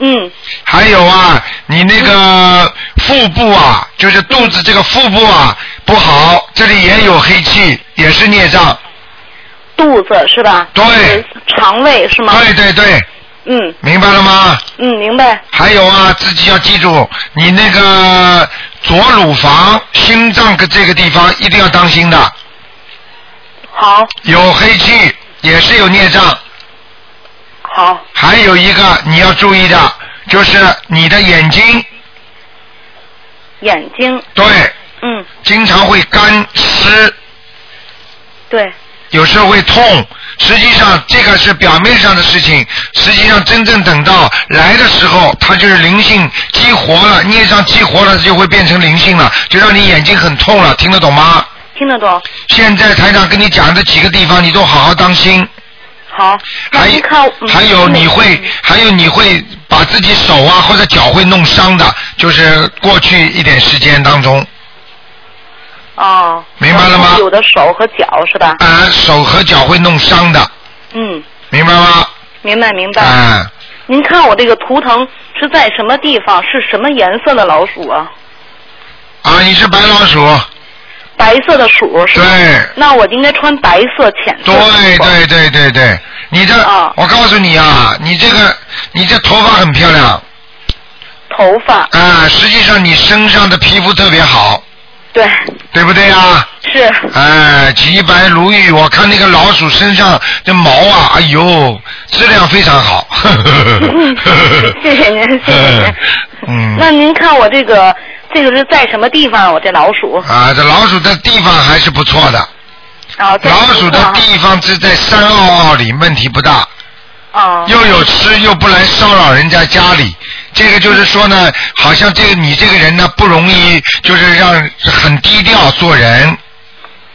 [SPEAKER 3] 嗯。
[SPEAKER 1] 还有啊，你那个腹部啊，就是肚子这个腹部啊不好，这里也有黑气，也是孽障。
[SPEAKER 3] 肚子是吧？
[SPEAKER 1] 对。
[SPEAKER 3] 肠胃嗯是吗？
[SPEAKER 1] 对对对，
[SPEAKER 3] 嗯
[SPEAKER 1] 明白了吗？
[SPEAKER 3] 嗯，明白。
[SPEAKER 1] 还有啊，自己要记住，你那个左乳房、心脏跟这个地方一定要当心的，
[SPEAKER 3] 好，
[SPEAKER 1] 有黑气，也是有孽障。
[SPEAKER 3] 好。
[SPEAKER 1] 还有一个你要注意的，就是你的眼睛，
[SPEAKER 3] 眼睛，
[SPEAKER 1] 对，
[SPEAKER 3] 嗯，
[SPEAKER 1] 经常会干湿，
[SPEAKER 3] 对，
[SPEAKER 1] 有时候会痛。实际上这个是表面上的事情，实际上真正等到来的时候，它就是灵性激活了，孽障激活了就会变成灵性了，就让你眼睛很痛了，听得懂吗？
[SPEAKER 3] 听得懂。
[SPEAKER 1] 现在台长跟你讲这几个地方，你都好好当
[SPEAKER 3] 嗯
[SPEAKER 1] 心。
[SPEAKER 3] 好。
[SPEAKER 1] 还
[SPEAKER 3] 嗯
[SPEAKER 1] 还有你会，还有你会把自己手啊或者脚会弄伤的，就是过去一点时间当中，
[SPEAKER 3] 哦。
[SPEAKER 1] 明白了吗？
[SPEAKER 3] 有的手和脚是吧？
[SPEAKER 1] 啊，手和脚会弄伤的，
[SPEAKER 3] 嗯，
[SPEAKER 1] 明白吗？
[SPEAKER 3] 明白明白。
[SPEAKER 1] 啊，
[SPEAKER 3] 您看我这个图腾是在什么地方？是什么颜色的老鼠啊？
[SPEAKER 1] 啊，你是白老鼠，
[SPEAKER 3] 白色的鼠是吧？
[SPEAKER 1] 对。
[SPEAKER 3] 那我应该穿白色浅色。
[SPEAKER 1] 对对对对对，你这，我告诉你啊，你这个，你这头发很漂亮。
[SPEAKER 3] 头发。
[SPEAKER 1] 啊，实际上你身上的皮肤特别好。
[SPEAKER 3] 对。
[SPEAKER 1] 对不对啊？
[SPEAKER 3] 是。
[SPEAKER 1] 哎，洁白如玉，我看那个老鼠身上的毛啊，哎呦，质量非常好。
[SPEAKER 3] *laughs* 谢谢您，谢谢您。
[SPEAKER 1] *laughs* 嗯。
[SPEAKER 3] 那您看我这个，这个是在什么地方？我这老鼠。
[SPEAKER 1] 啊，这老鼠的地方还是不错的。
[SPEAKER 3] 啊，
[SPEAKER 1] 老鼠的地方是在山坳坳里，问题不大。
[SPEAKER 3] 哦。
[SPEAKER 1] 又有吃，又不来骚扰人家家里，这个就是说呢，好像这个你这个人呢不容易，就是让很低调，做人，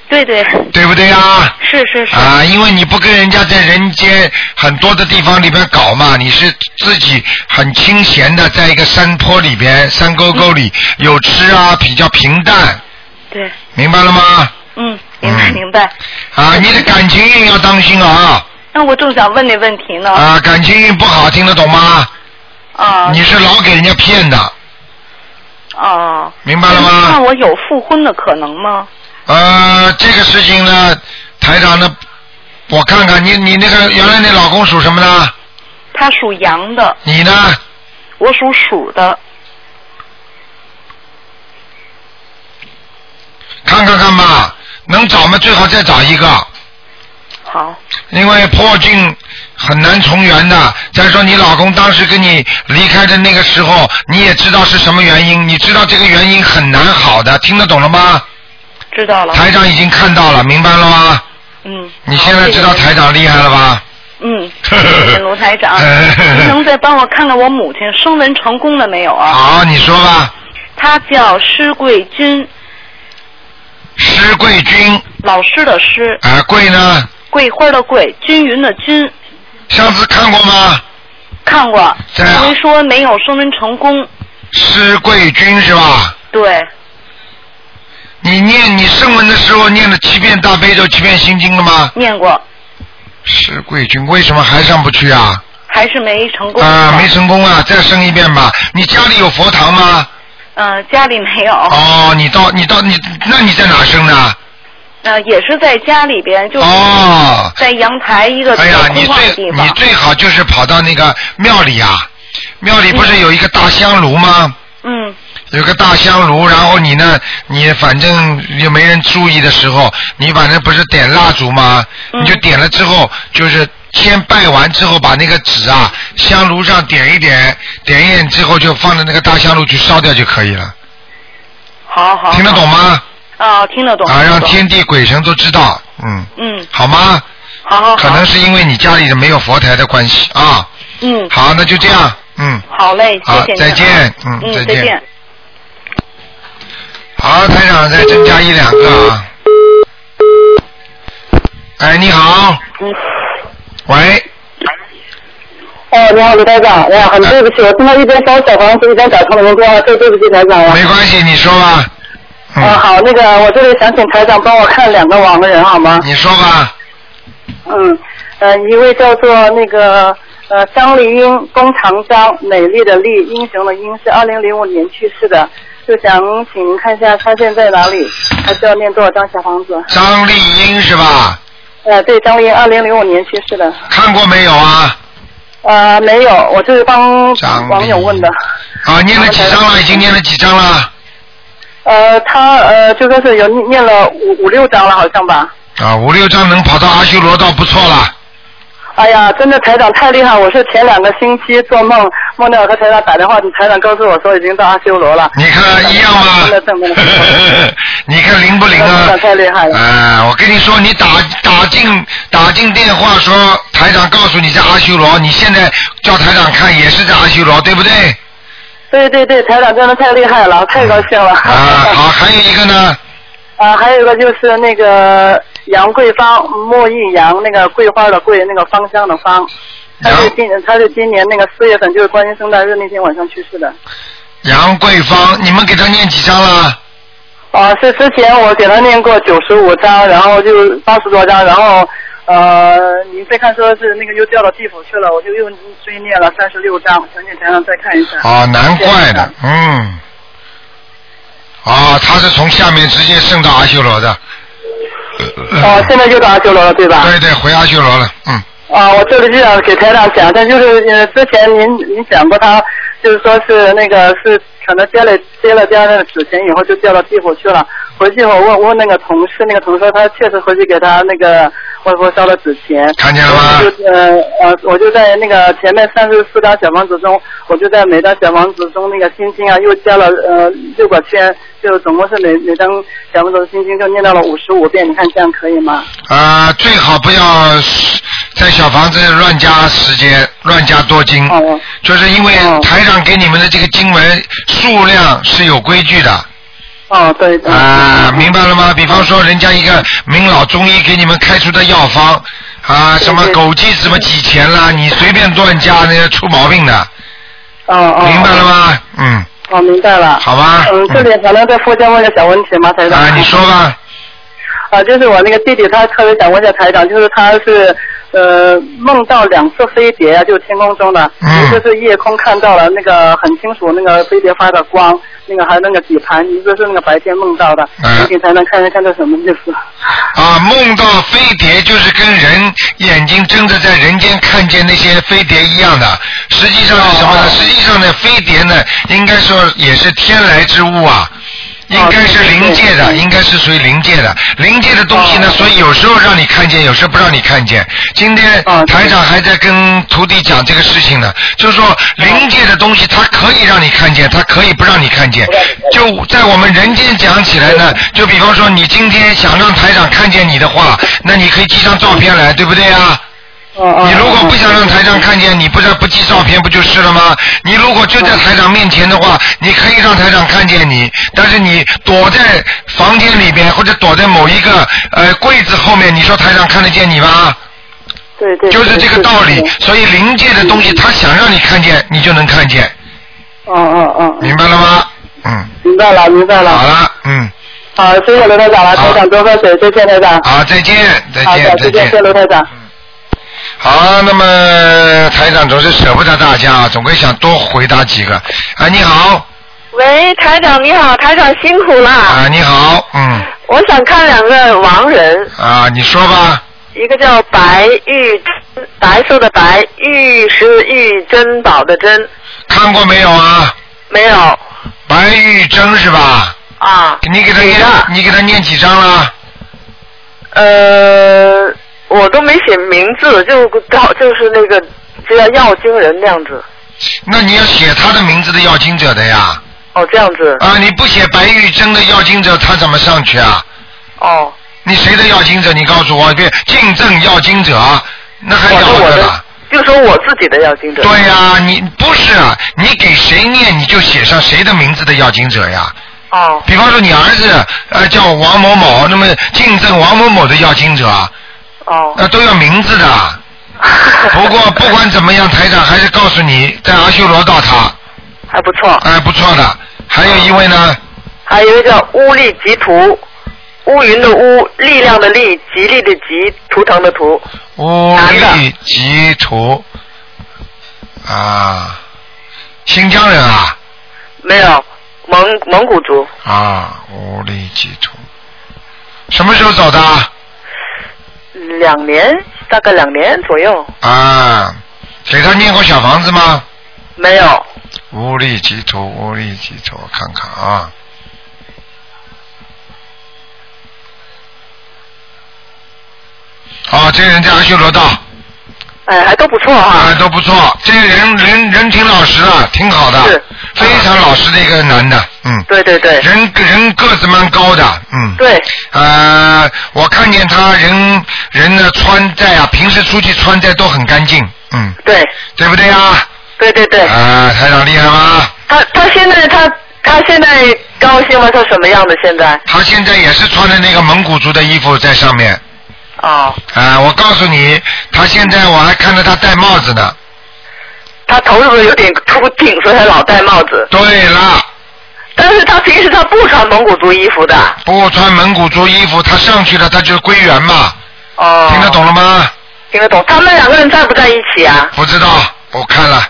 [SPEAKER 3] 对对。
[SPEAKER 1] 对不对呀？
[SPEAKER 3] 是是是。
[SPEAKER 1] 啊，因为你不跟人家在人间很多的地方里边搞嘛，你是自己很清闲的，在一个山坡里边、山沟沟里、有吃啊，比较平淡，
[SPEAKER 3] 对，
[SPEAKER 1] 明白了吗？
[SPEAKER 3] 嗯，明白明白。
[SPEAKER 1] 啊，你的感情运要当心啊！
[SPEAKER 3] 那我正想问那问题呢。
[SPEAKER 1] 啊，感情运不好，听得懂吗？
[SPEAKER 3] 啊。
[SPEAKER 1] 你是老给人家骗的，
[SPEAKER 3] 哦。
[SPEAKER 1] 明白了吗？
[SPEAKER 3] 那我有复婚的可能吗？
[SPEAKER 1] 呃，这个事情呢，台长呢，我看看你，你那个原来那老公属什么呢？
[SPEAKER 3] 他属羊的，
[SPEAKER 1] 你呢？
[SPEAKER 3] 我属鼠的。
[SPEAKER 1] 看看看吧，能找吗？最好再找一个，
[SPEAKER 3] 好，
[SPEAKER 1] 因为破镜很难重圆的。再说你老公当时跟你离开的那个时候，你也知道是什么原因，你知道这个原因很难好的，听得懂了吗？
[SPEAKER 3] 知道了。
[SPEAKER 1] 台长已经看到了，明白了吗？
[SPEAKER 3] 嗯。
[SPEAKER 1] 你现在知道台长厉害了吧？ *laughs*
[SPEAKER 3] 嗯，谢谢卢台长，您能再帮我看看我母亲升文成功了没有啊？
[SPEAKER 1] 好，你说吧。
[SPEAKER 3] 她叫施桂君，
[SPEAKER 1] 施桂君。
[SPEAKER 3] 老师的师，
[SPEAKER 1] 啊，贵呢？
[SPEAKER 3] 桂花的桂，均匀的均。
[SPEAKER 1] 上次看过吗？
[SPEAKER 3] 看过。
[SPEAKER 1] 啊
[SPEAKER 3] 您说没有升文成功，
[SPEAKER 1] 施桂君是吧？
[SPEAKER 3] 对，
[SPEAKER 1] 你念你声文的时候念了七遍大悲咒，七遍心经了吗？
[SPEAKER 3] 念过，
[SPEAKER 1] 施桂君为什么还上不去啊？
[SPEAKER 3] 还是没成功。
[SPEAKER 1] 啊，没成功啊！再生一遍吧。你家里有佛堂吗？
[SPEAKER 3] 呃，家里没有，
[SPEAKER 1] 哦，你到你到你，那你在哪生的？
[SPEAKER 3] 呃，也是在家里边，就是
[SPEAKER 1] 哦
[SPEAKER 3] 在阳台一个比
[SPEAKER 1] 哎
[SPEAKER 3] 较
[SPEAKER 1] 呀，
[SPEAKER 3] 空
[SPEAKER 1] 你
[SPEAKER 3] 旷的
[SPEAKER 1] 最
[SPEAKER 3] 地
[SPEAKER 1] 你
[SPEAKER 3] 方。
[SPEAKER 1] 最好就是跑到那个庙里啊，庙里不是有一个大香炉吗？
[SPEAKER 3] 嗯，
[SPEAKER 1] 有个大香炉，然后你呢，你反正也没人注意的时候，你反正不是点蜡烛吗？
[SPEAKER 3] 嗯
[SPEAKER 1] 你就点了之后，就是先拜完之后，把那个纸啊，香炉上点一点，点一点之后就放在那个大香炉去烧掉就可以了，
[SPEAKER 3] 好好。
[SPEAKER 1] 听得懂吗？
[SPEAKER 3] 啊，听得懂。
[SPEAKER 1] 啊，
[SPEAKER 3] 听得
[SPEAKER 1] 让
[SPEAKER 3] 懂
[SPEAKER 1] 天地鬼神都知道，嗯，
[SPEAKER 3] 嗯，
[SPEAKER 1] 好吗？
[SPEAKER 3] 好好好。
[SPEAKER 1] 可能是因为你家里的没有佛台的关系啊。
[SPEAKER 3] 嗯。
[SPEAKER 1] 好，那就这样，嗯。
[SPEAKER 3] 好嘞，谢
[SPEAKER 1] 好
[SPEAKER 3] 谢您啊。
[SPEAKER 1] 再见嗯
[SPEAKER 3] 嗯，
[SPEAKER 1] 再见
[SPEAKER 3] 再见。
[SPEAKER 1] 好，台长再增加一两个啊。哎，你好。喂，
[SPEAKER 2] 哦，你好，卢台长，哎呀，很对不起，我听到一边烧小房子一边打通你们电话，对对不起台长啊。
[SPEAKER 1] 没关系，你说吧。嗯
[SPEAKER 2] 啊，好，那个我这里想请台长帮我看两个网人好吗？
[SPEAKER 1] 你说吧。
[SPEAKER 2] 嗯，呃，一位叫做那个呃张丽英，弓长张，美丽的丽，英雄的英，是二零零五年去世的，就想请您看一下她现在哪里，还需要念多少张小房子？
[SPEAKER 1] 张丽英是吧？
[SPEAKER 2] 呃，对，张丽英二零零五年去世的。
[SPEAKER 1] 看过没有啊？
[SPEAKER 2] 呃，没有，我就是帮
[SPEAKER 1] 张
[SPEAKER 2] 网友问的。
[SPEAKER 1] 啊，念了几张了？已经念了几张了？
[SPEAKER 2] 呃，他呃就说是有念念了五五六章了，好像吧。
[SPEAKER 1] 啊，五六张能跑到阿修罗道不错了。
[SPEAKER 2] 哎呀，真的台长太厉害！我是前两个星期做梦，梦到我和台长打电话，台长告诉我说已经到阿修罗了。
[SPEAKER 1] 你看一样吗？ *laughs*
[SPEAKER 2] 真的真的，
[SPEAKER 1] 你看灵不灵
[SPEAKER 2] 台
[SPEAKER 1] 啊
[SPEAKER 2] 长？太厉害了。
[SPEAKER 1] 哎，我跟你说，你打打进打进电话说台长告诉你在阿修罗，你现在叫台长看也是在阿修罗，对不对？
[SPEAKER 2] 对对对，台长真的太厉害了，太高兴了。
[SPEAKER 1] 哎
[SPEAKER 2] 啊，好，
[SPEAKER 1] 还有一个呢。
[SPEAKER 2] *laughs* 啊，还有一个就是那个杨桂芳，莫一杨，那个桂花的桂，那个芳香的芳。他是今他是今年那个四月份，就是观音圣诞日那天晚上去世的。
[SPEAKER 1] 杨桂芳，你们给他念几张了？
[SPEAKER 2] 啊，是之前我给他念过九十五章，然后就八十多章，然后呃，您再看说是那个又掉到地府去了，我就又追念了三十六章，想请台上再看一下。
[SPEAKER 1] 哦，难怪的，嗯。哦，他是从下面直接升到阿修罗的。呃
[SPEAKER 2] 哦，现在就到阿修罗了，对吧？
[SPEAKER 1] 对对，回阿修罗了，嗯。
[SPEAKER 2] 啊，我这里就想给台长讲，但就是呃，之前您您讲过他，就是说是那个是可能接了接了这样的纸钱以后就掉到地府去了。回去我问问那个同事，那个同事他确实回去给他那个外婆烧了纸钱。
[SPEAKER 1] 看见了
[SPEAKER 2] 吗？就呃呃，我就在那个前面三十四张小房子中，我就在每张小房子中那个心经啊又加了呃六个圈，就总共是每每张小房子的心经就念到了五十五遍，你看这样可以吗？
[SPEAKER 1] 啊，最好不要在小房子乱加时间，乱加多经，
[SPEAKER 2] 哦
[SPEAKER 1] 就是因为台长给你们的这个经文数量是有规矩的，
[SPEAKER 2] 哦，对对。
[SPEAKER 1] 啊，明白了吗？比方说，人家一个名老中医给你们开出的药方啊，什么枸杞什么几钱啦，你随便乱加，那个出毛病的，
[SPEAKER 2] 哦哦。
[SPEAKER 1] 明白了吗？嗯，
[SPEAKER 2] 哦，明白了。
[SPEAKER 1] 好吧
[SPEAKER 2] 嗯，这里还能再附加问个小问题吗，台长？
[SPEAKER 1] 啊，你说吧。
[SPEAKER 2] 啊，就是我那个弟弟，他特别想问一下台长，就是他是呃梦到两次飞碟啊，就是天空中的，
[SPEAKER 1] 嗯
[SPEAKER 2] 一个是夜空看到了那个很清楚那个飞碟发的光，那个还有那个底盘，一个是那个白天梦到的，
[SPEAKER 1] 嗯
[SPEAKER 2] 你给台长看一看这什么意思？
[SPEAKER 1] 啊，梦到飞碟就是跟人眼睛睁着在人间看见那些飞碟一样的。实际上是什么呢？实际上呢，飞碟呢，应该说也是天来之物啊。应该是灵界的，应该是属于灵界的，灵界的东西呢，所以有时候让你看见，有时候不让你看见。今天台长还在跟徒弟讲这个事情呢，就是说灵界的东西，它可以让你看见，它可以不让你看见。就在我们人间讲起来呢，就比方说你今天想让台长看见你的话，那你可以寄张照片来，对不对啊？
[SPEAKER 2] 哦
[SPEAKER 1] 你如果不想让台长看见，你不是不寄照片不就是了吗？你如果就在台长面前的话，你可以让台长看见你，但是你躲在房间里边或者躲在某一个呃柜子后面，你说台长看得见你吗？
[SPEAKER 2] 对对。
[SPEAKER 1] 就是这个道理。所以灵界的东西，他想让你看见，你就能看见，
[SPEAKER 2] 嗯嗯嗯，
[SPEAKER 1] 明白了吗？嗯。
[SPEAKER 2] 明白了，明白了。好
[SPEAKER 1] 了，嗯。
[SPEAKER 2] 好，谢谢刘台长了，台长多喝水，谢谢台长。
[SPEAKER 1] 好，再见，再
[SPEAKER 2] 好
[SPEAKER 1] 见
[SPEAKER 2] 的，，
[SPEAKER 1] 再
[SPEAKER 2] 谢谢
[SPEAKER 1] 见。
[SPEAKER 2] 刘台长。
[SPEAKER 1] 好，那么台长总是舍不得大家啊，总归想多回答几个。啊，你好，
[SPEAKER 4] 喂，台长你好，台长辛苦啦。
[SPEAKER 1] 啊，你好，嗯，
[SPEAKER 4] 我想看两个亡人，
[SPEAKER 1] 啊，你说吧，
[SPEAKER 4] 一个叫白玉，白色的白，玉是玉珍宝的珍。
[SPEAKER 1] 看过没有啊？
[SPEAKER 4] 没有
[SPEAKER 1] 白玉珍是吧？
[SPEAKER 4] 啊。
[SPEAKER 1] 你给他念，你给他念几张了？
[SPEAKER 4] 呃，我都没写名字，就到就是那个就要要经人那样子。
[SPEAKER 1] 那你要写他的名字的要经者的呀。
[SPEAKER 4] 哦，这样子。
[SPEAKER 1] 啊，你不写白玉珍的要经者，他怎么上去啊？
[SPEAKER 4] 哦。
[SPEAKER 1] 你谁的要经者？你告诉我，别竞争要经者，那还了
[SPEAKER 4] 我
[SPEAKER 1] 得
[SPEAKER 4] 的
[SPEAKER 1] 了？
[SPEAKER 4] 就说我自己的要经者。
[SPEAKER 1] 对呀、你不是啊，你给谁念你就写上谁的名字的要经者呀。
[SPEAKER 4] 哦。
[SPEAKER 1] 比方说你儿子呃叫王某某，那么竞争王某某的要经者。啊
[SPEAKER 4] 哦。
[SPEAKER 1] 那、都要名字的。
[SPEAKER 4] *laughs*
[SPEAKER 1] 不过不管怎么样，台长还是告诉你，在阿修罗道他。
[SPEAKER 4] 还不错。
[SPEAKER 1] 哎，不错的。还有一位呢，
[SPEAKER 4] 还有一个叫乌力吉图，乌云的乌，力量的力，吉利的吉，图腾的图。
[SPEAKER 1] 乌力吉图啊，新疆人啊
[SPEAKER 4] 没有，蒙蒙古族，
[SPEAKER 1] 啊，乌力吉图，什么时候走的啊？
[SPEAKER 4] 两年，大概两年左右，
[SPEAKER 1] 啊，给他念过小房子吗？
[SPEAKER 4] 没有。
[SPEAKER 1] 无力集图，无力集图，我看看啊。哦，这个人在阿修罗道。
[SPEAKER 4] 哎，还都不错
[SPEAKER 3] 啊
[SPEAKER 4] 哈。
[SPEAKER 1] 哎，都不错，这个人人人挺老实的，挺好的，非常老实的一个男的，嗯。
[SPEAKER 4] 对对对。
[SPEAKER 1] 人人个子蛮高的，嗯。
[SPEAKER 4] 对。
[SPEAKER 1] 呃，我看见他人人的穿戴啊，平时出去穿戴都很干净，嗯。
[SPEAKER 4] 对。
[SPEAKER 1] 对不对啊？
[SPEAKER 4] 对对对。
[SPEAKER 1] 啊，台长厉害吗？
[SPEAKER 4] 他他现在他他现在高兴吗？他什么样的现在？
[SPEAKER 1] 他现在也是穿的那个蒙古族的衣服在上面。
[SPEAKER 4] 哦。
[SPEAKER 1] 啊，我告诉你，他现在我还看到他戴帽子呢。
[SPEAKER 4] 他头是不是有点秃顶，所以他老戴帽子？
[SPEAKER 1] 对了。
[SPEAKER 4] 但是他平时他不穿蒙古族衣服的。
[SPEAKER 1] 不穿蒙古族衣服，他上去了，他就是归元嘛。
[SPEAKER 4] 哦。
[SPEAKER 1] 听得懂了吗？
[SPEAKER 4] 听得懂。他们两个人在不在一起啊？
[SPEAKER 1] 不知道，我看了。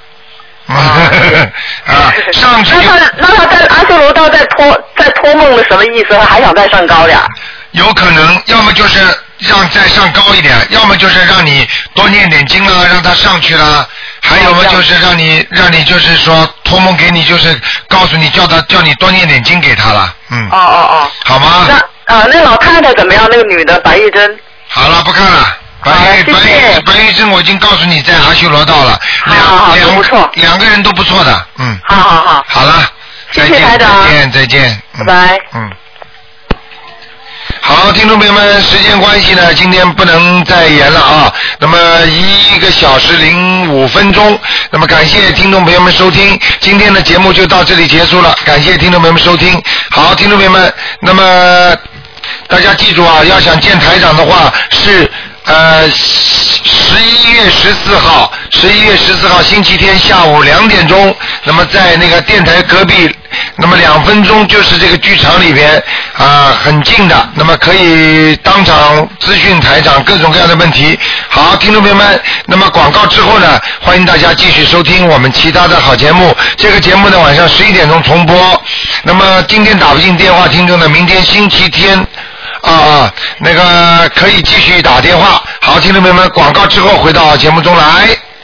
[SPEAKER 1] *laughs* 啊，上去
[SPEAKER 4] 哦那他那他在阿修罗道在托在托梦的什么意思？他还想再上高点儿？
[SPEAKER 1] 有可能，要么就是让再上高一点，要么就是让你多念点经啦，让他上去啦，还有嘛就是让你让你就是说托梦给你，就是告诉你叫他叫你多念点经给他了，嗯。
[SPEAKER 4] 哦哦哦。
[SPEAKER 1] 好吗？
[SPEAKER 4] 那啊、那老太太怎么样？那个女的白玉珍。
[SPEAKER 1] 好了，不看了。白玉白玉白玉珍，我已经告诉你在阿修罗道了，两两不错，两个人都不错的，嗯。
[SPEAKER 4] 好好好。
[SPEAKER 1] 好了，
[SPEAKER 4] 谢
[SPEAKER 1] 再
[SPEAKER 4] 谢
[SPEAKER 1] 见，嗯
[SPEAKER 4] 台长
[SPEAKER 1] 再见，再见，
[SPEAKER 4] 拜拜。
[SPEAKER 1] 嗯。好，好，听众朋友们，时间关系呢，今天不能再延了啊。那么一个小时零五分钟，那么感谢听众朋友们收听，今天的节目就到这里结束了，感谢听众朋友们收听。好，听众朋友们，那么大家记住啊，要想见台长的话是呃十一月十四号，十一月十四号星期天下午两点钟，那么在那个电台隔壁，那么两分钟就是这个剧场里边啊、很近的，那么可以当场咨询台长各种各样的问题。好，听众朋友们，那么广告之后呢，欢迎大家继续收听我们其他的好节目。这个节目呢晚上十一点钟重播。那么今天打不进电话，听众呢，明天星期天。啊啊，那个可以继续打电话。好，听众朋友们，广告之后回到节目中来。